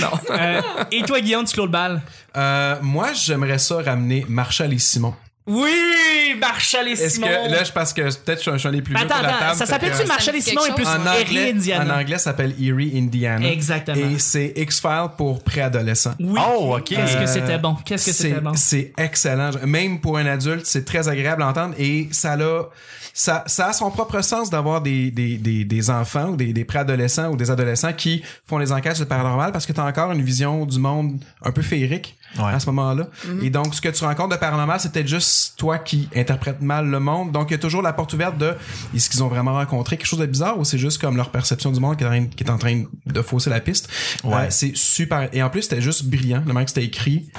Speaker 3: non.
Speaker 2: Euh, et toi, Guillaume, tu clôt le bal.
Speaker 5: Euh, moi, j'aimerais ça ramener Marshall et Simon.
Speaker 2: Oui, Marshall et
Speaker 5: Est-ce
Speaker 2: Simon.
Speaker 5: que là, je pense que peut-être je suis un- je suis un des plus
Speaker 2: Mais
Speaker 5: vieux
Speaker 2: attends,
Speaker 5: de la
Speaker 2: attends,
Speaker 5: table.
Speaker 2: ça
Speaker 5: fait
Speaker 2: s'appelle-tu
Speaker 5: que-
Speaker 2: Marshall et
Speaker 1: Ça me dit
Speaker 2: Simon
Speaker 1: quelque
Speaker 2: et plus
Speaker 1: chose.
Speaker 5: en
Speaker 2: Erie
Speaker 5: anglais, en
Speaker 2: Indiana?
Speaker 5: anglais, ça s'appelle Erie, Indiana.
Speaker 2: Exactement.
Speaker 5: Et c'est X-Files pour préadolescents.
Speaker 2: Oui.
Speaker 4: Oh, ok.
Speaker 2: Qu'est-ce que
Speaker 5: Euh,
Speaker 2: c'était bon? Qu'est-ce que c'était
Speaker 5: c'est-
Speaker 2: bon?
Speaker 5: C'est excellent. Même pour un adulte, c'est très agréable à entendre et ça l'a, ça, ça a son propre sens d'avoir des, des, des, des enfants ou des, des préadolescents ou des adolescents qui font les enquêtes sur le paranormal parce que tu as encore une vision du monde un peu féerique
Speaker 4: Ouais.
Speaker 5: à ce moment-là.
Speaker 2: Mhm.
Speaker 5: Et donc, ce que tu rencontres de paranormal, c'est peut-être juste toi qui interprète mal le monde. Donc, il y a toujours la porte ouverte de est-ce qu'ils ont vraiment rencontré quelque chose de bizarre ou c'est juste comme leur perception du monde qui est en train, qui est en train de fausser la piste.
Speaker 4: Ouais.
Speaker 5: Euh, c'est super. Et en plus, c'était juste brillant. Le mec, c'était écrit.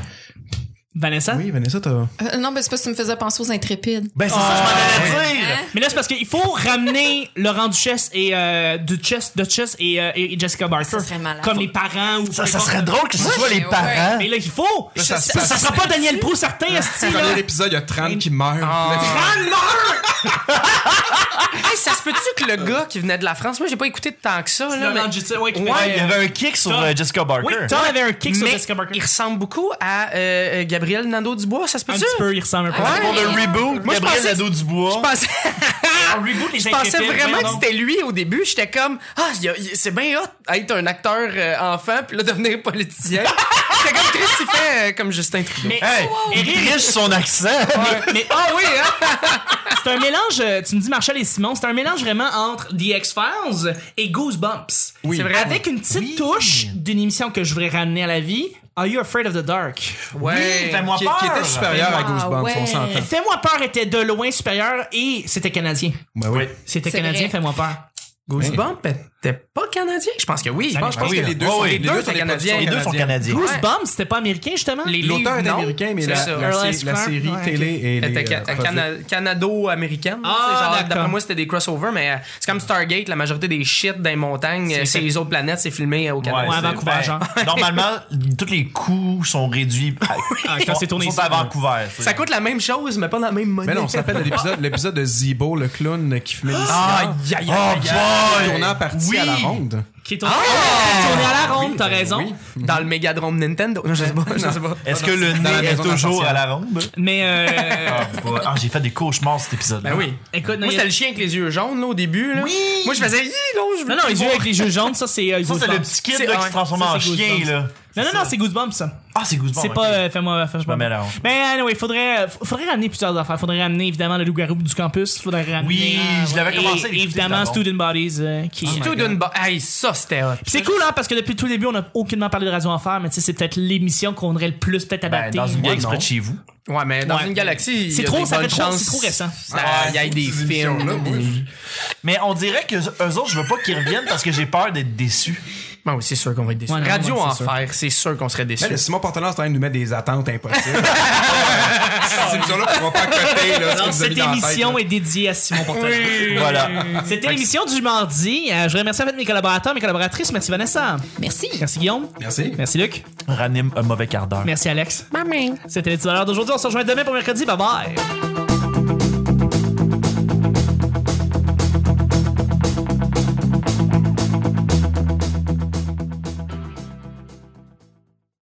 Speaker 2: Vanessa?
Speaker 5: Oui, Vanessa, t'as.
Speaker 1: Euh, non, mais c'est parce que tu me faisais penser aux intrépides.
Speaker 4: Ben, c'est ça, je m'en allais dire!
Speaker 2: Mais là, c'est parce qu'il faut ramener Laurent Duchesse et euh, Duchesse, Duchesse et, euh, et Jessica Barker.
Speaker 1: Ça serait malade.
Speaker 2: Comme les parents ou
Speaker 4: Ça, ça serait drôle que ce
Speaker 1: Moi,
Speaker 4: soit les
Speaker 1: j'ai-
Speaker 4: parents.
Speaker 2: Mais là, il faut!
Speaker 5: Ah. Là, ça- Ah.
Speaker 2: ça,
Speaker 5: ça-
Speaker 2: sera pas Daniel Proulx, certain, esti, là.
Speaker 5: premier épisode, il y a Tran qui meurt.
Speaker 3: Hey, ça se peut-tu que le gars qui venait de la France, moi j'ai pas écouté tant que ça, là, mais-
Speaker 2: Laurent Duchesse, ouais, qui
Speaker 3: Ouais,
Speaker 2: fait-
Speaker 4: Il y avait un kick sur
Speaker 2: Tom.
Speaker 4: euh, Jessica Barker.
Speaker 2: Oui, Tom avait un kick sur
Speaker 3: mais
Speaker 2: Jessica Barker.
Speaker 3: il ressemble beaucoup à euh, euh, Gabriel Nando Dubois, ça se
Speaker 2: Un
Speaker 3: peut-tu?
Speaker 2: petit peu, il ressemble un peu.
Speaker 4: Pour le
Speaker 1: Ouais.
Speaker 4: reboot,
Speaker 3: Moi, je
Speaker 4: Gabriel
Speaker 3: pensais-
Speaker 4: Nadeau Dubois.
Speaker 3: Je pensais,
Speaker 2: Un reboot, les
Speaker 3: je pensais
Speaker 2: Intrépides,
Speaker 3: vraiment que
Speaker 2: voyons donc.
Speaker 3: c'était lui au début. J'étais comme, ah, il y a- il- c'est bien hot être un acteur euh, enfant puis là devenir politicien. J'étais comme Chris, il fait euh, comme Justin Trudeau.
Speaker 2: Mais,
Speaker 4: Hey, il
Speaker 2: Eric-
Speaker 4: riche son accent.
Speaker 2: mais
Speaker 3: Ah oui, hein?
Speaker 2: c'est un mélange, euh, tu me dis Marshall et Simon, c'est un mélange vraiment entre The X-Files et Goosebumps.
Speaker 5: Oui. C'est vrai.
Speaker 2: Avec une petite touche d'une émission que je voudrais ramener à la vie, Are You Afraid of the Dark?
Speaker 4: Oui, fais-moi
Speaker 5: qui,
Speaker 4: peur.
Speaker 5: qui était supérieur à
Speaker 1: Ah,
Speaker 5: Goosebumps,
Speaker 1: ouais.
Speaker 5: on s'entend.
Speaker 2: Fais-moi peur était de loin supérieur et c'était canadien.
Speaker 5: Ben oui.
Speaker 2: C'était
Speaker 1: C'est
Speaker 2: canadien,
Speaker 1: vrai.
Speaker 2: fais-moi peur.
Speaker 3: Goosebumps était pas canadien? Je pense que oui. Je pense, je
Speaker 4: Ah
Speaker 3: pense
Speaker 4: oui,
Speaker 3: que
Speaker 4: hein.
Speaker 3: les deux
Speaker 4: Ouais,
Speaker 3: sont,
Speaker 4: ouais,
Speaker 3: les
Speaker 4: les
Speaker 3: deux
Speaker 5: deux
Speaker 3: sont
Speaker 5: sont des
Speaker 3: canadiens.
Speaker 4: Les deux sont canadiens.
Speaker 2: Goosebumps, c'était pas américain justement?
Speaker 3: Les
Speaker 5: L'auteur
Speaker 3: livres,
Speaker 5: est
Speaker 3: non.
Speaker 5: américain, mais
Speaker 3: C'est
Speaker 5: la,
Speaker 3: ça.
Speaker 5: la,
Speaker 2: Earl
Speaker 5: sé-
Speaker 2: S.
Speaker 5: la
Speaker 2: Crumb,
Speaker 5: série
Speaker 2: ouais,
Speaker 5: télé et
Speaker 3: Elle
Speaker 5: les,
Speaker 3: était ca-
Speaker 5: euh, produits.
Speaker 3: cana- canado-américaine.
Speaker 2: Ah,
Speaker 3: tu sais, genre,
Speaker 2: d'accord.
Speaker 3: D'après moi, c'était des crossovers, mais euh, c'est comme Stargate, la majorité des shit dans les montagnes, euh, c'est les autres planètes, c'est filmé euh, au Canada.
Speaker 2: Ouais,
Speaker 4: c'est-
Speaker 2: Vancouver,
Speaker 4: ben,
Speaker 2: genre.
Speaker 4: Normalement, tous les coûts sont réduits.
Speaker 2: Ah, quand c'est tourné
Speaker 4: sont
Speaker 2: ici,
Speaker 4: à
Speaker 2: ouais.
Speaker 4: Vancouver. tu sais.
Speaker 3: Ça coûte la même chose, mais pas la même monnaie.
Speaker 5: Mais Ben non, on s'appelle l'épisode, l'épisode de Zibo, le clown qui fumait des cigares.
Speaker 3: Ah, ya, ya,
Speaker 4: Oh
Speaker 3: ya, ya.
Speaker 5: Il
Speaker 4: boy!
Speaker 5: tournait en partie
Speaker 4: Oui.
Speaker 5: à la ronde.
Speaker 2: Qui est tourné, Ah! qui est tourné à la ronde, t'as
Speaker 3: ben
Speaker 2: raison.
Speaker 3: Dans le Megadrome Nintendo. Non, je sais pas, je sais pas.
Speaker 4: Est-ce que le
Speaker 5: la
Speaker 4: nez est
Speaker 5: maison
Speaker 4: toujours
Speaker 5: d'ascension.
Speaker 4: à la ronde?
Speaker 2: Mais euh,
Speaker 4: Ah, bah, ah, j'ai fait des cauchemars cet épisode-là.
Speaker 3: Ben oui.
Speaker 2: écoute, non,
Speaker 3: Moi,
Speaker 2: il y a-
Speaker 3: c'était le chien avec les yeux jaunes, là, au début, là.
Speaker 2: Oui!
Speaker 3: Moi, je faisais, Hi, non, je veux
Speaker 2: non, non,
Speaker 3: plus
Speaker 2: les yeux
Speaker 3: voir.
Speaker 2: avec les yeux jaunes, ça c'est euh,
Speaker 4: Ça, c'est
Speaker 2: Goosebumps.
Speaker 4: le petit kid
Speaker 3: C'est-
Speaker 4: là, qui
Speaker 3: ouais,
Speaker 4: se transforme
Speaker 2: ça,
Speaker 4: en
Speaker 2: c'est
Speaker 4: chien,
Speaker 2: Goosebumps.
Speaker 4: là.
Speaker 2: Non, non,
Speaker 4: C'est
Speaker 2: non,
Speaker 4: ça.
Speaker 2: c'est Goosebumps, ça.
Speaker 4: Ah, c'est Goosebumps.
Speaker 2: C'est
Speaker 4: ok.
Speaker 2: pas euh, fais-moi fais-moi-
Speaker 4: me mets là.
Speaker 2: Mais anyway, faudrait euh, f- faudrait ramener plusieurs affaires, faudrait ramener évidemment le loup-garou du campus, faudrait ramener
Speaker 4: Oui, je l'avais
Speaker 2: Et-
Speaker 4: commencé à l'écouter,
Speaker 2: ah, évidemment
Speaker 4: c'était bon.
Speaker 2: Student Bodies euh, qui
Speaker 3: Tout d'une ba- Hey, ça, c'était hot.
Speaker 2: Puis c'est cool hein parce que depuis tout le début, on n'a aucunement parlé de radio enfer, mais tu sais c'est peut-être l'émission qu'on aurait le plus peut-être
Speaker 4: Ben,
Speaker 2: adaptée.
Speaker 4: dans une
Speaker 2: Ouais.
Speaker 4: vieille exprès de chez vous.
Speaker 3: Ouais, mais dans
Speaker 2: Ouais.
Speaker 3: une galaxie, il y
Speaker 2: C'est
Speaker 3: a
Speaker 2: trop-
Speaker 3: des
Speaker 2: ça fait
Speaker 3: bonnes
Speaker 2: trop-
Speaker 3: chances.
Speaker 2: c'est trop récent.
Speaker 3: Ça- Il y a des
Speaker 5: Ces
Speaker 3: films.
Speaker 5: émissions-là, moi, je-
Speaker 4: Mais on dirait que eux autres, je veux pas qu'ils reviennent parce que j'ai peur d'être déçu.
Speaker 3: Ben oui, c'est sûr qu'on va être déçus.
Speaker 2: Ouais, non,
Speaker 3: Radio
Speaker 2: ouais, c'est
Speaker 3: Enfer, c'est sûr qu'on serait déçus.
Speaker 5: Là, Eh, le Simon Portelance est en train de nous mettre des attentes impossibles. Ces émissions-là pourront pas coter, là, ce que
Speaker 2: Alors,
Speaker 5: vous avez
Speaker 2: cette
Speaker 5: dans la tête,
Speaker 2: émission
Speaker 5: là.
Speaker 2: est dédiée à Simon Portelance.
Speaker 4: Voilà.
Speaker 2: C'était l'émission du mardi. Euh, je remercie en fait mes collaborateurs, mes collaboratrices. Merci Vanessa.
Speaker 1: Merci.
Speaker 2: Merci Guillaume.
Speaker 5: Merci.
Speaker 2: Merci Luc.
Speaker 4: Ranime un mauvais quart d'heure.
Speaker 2: Merci Alex. C'était les 10 d'aujourd'hui. On se rejoint demain pour mercredi. Bye bye.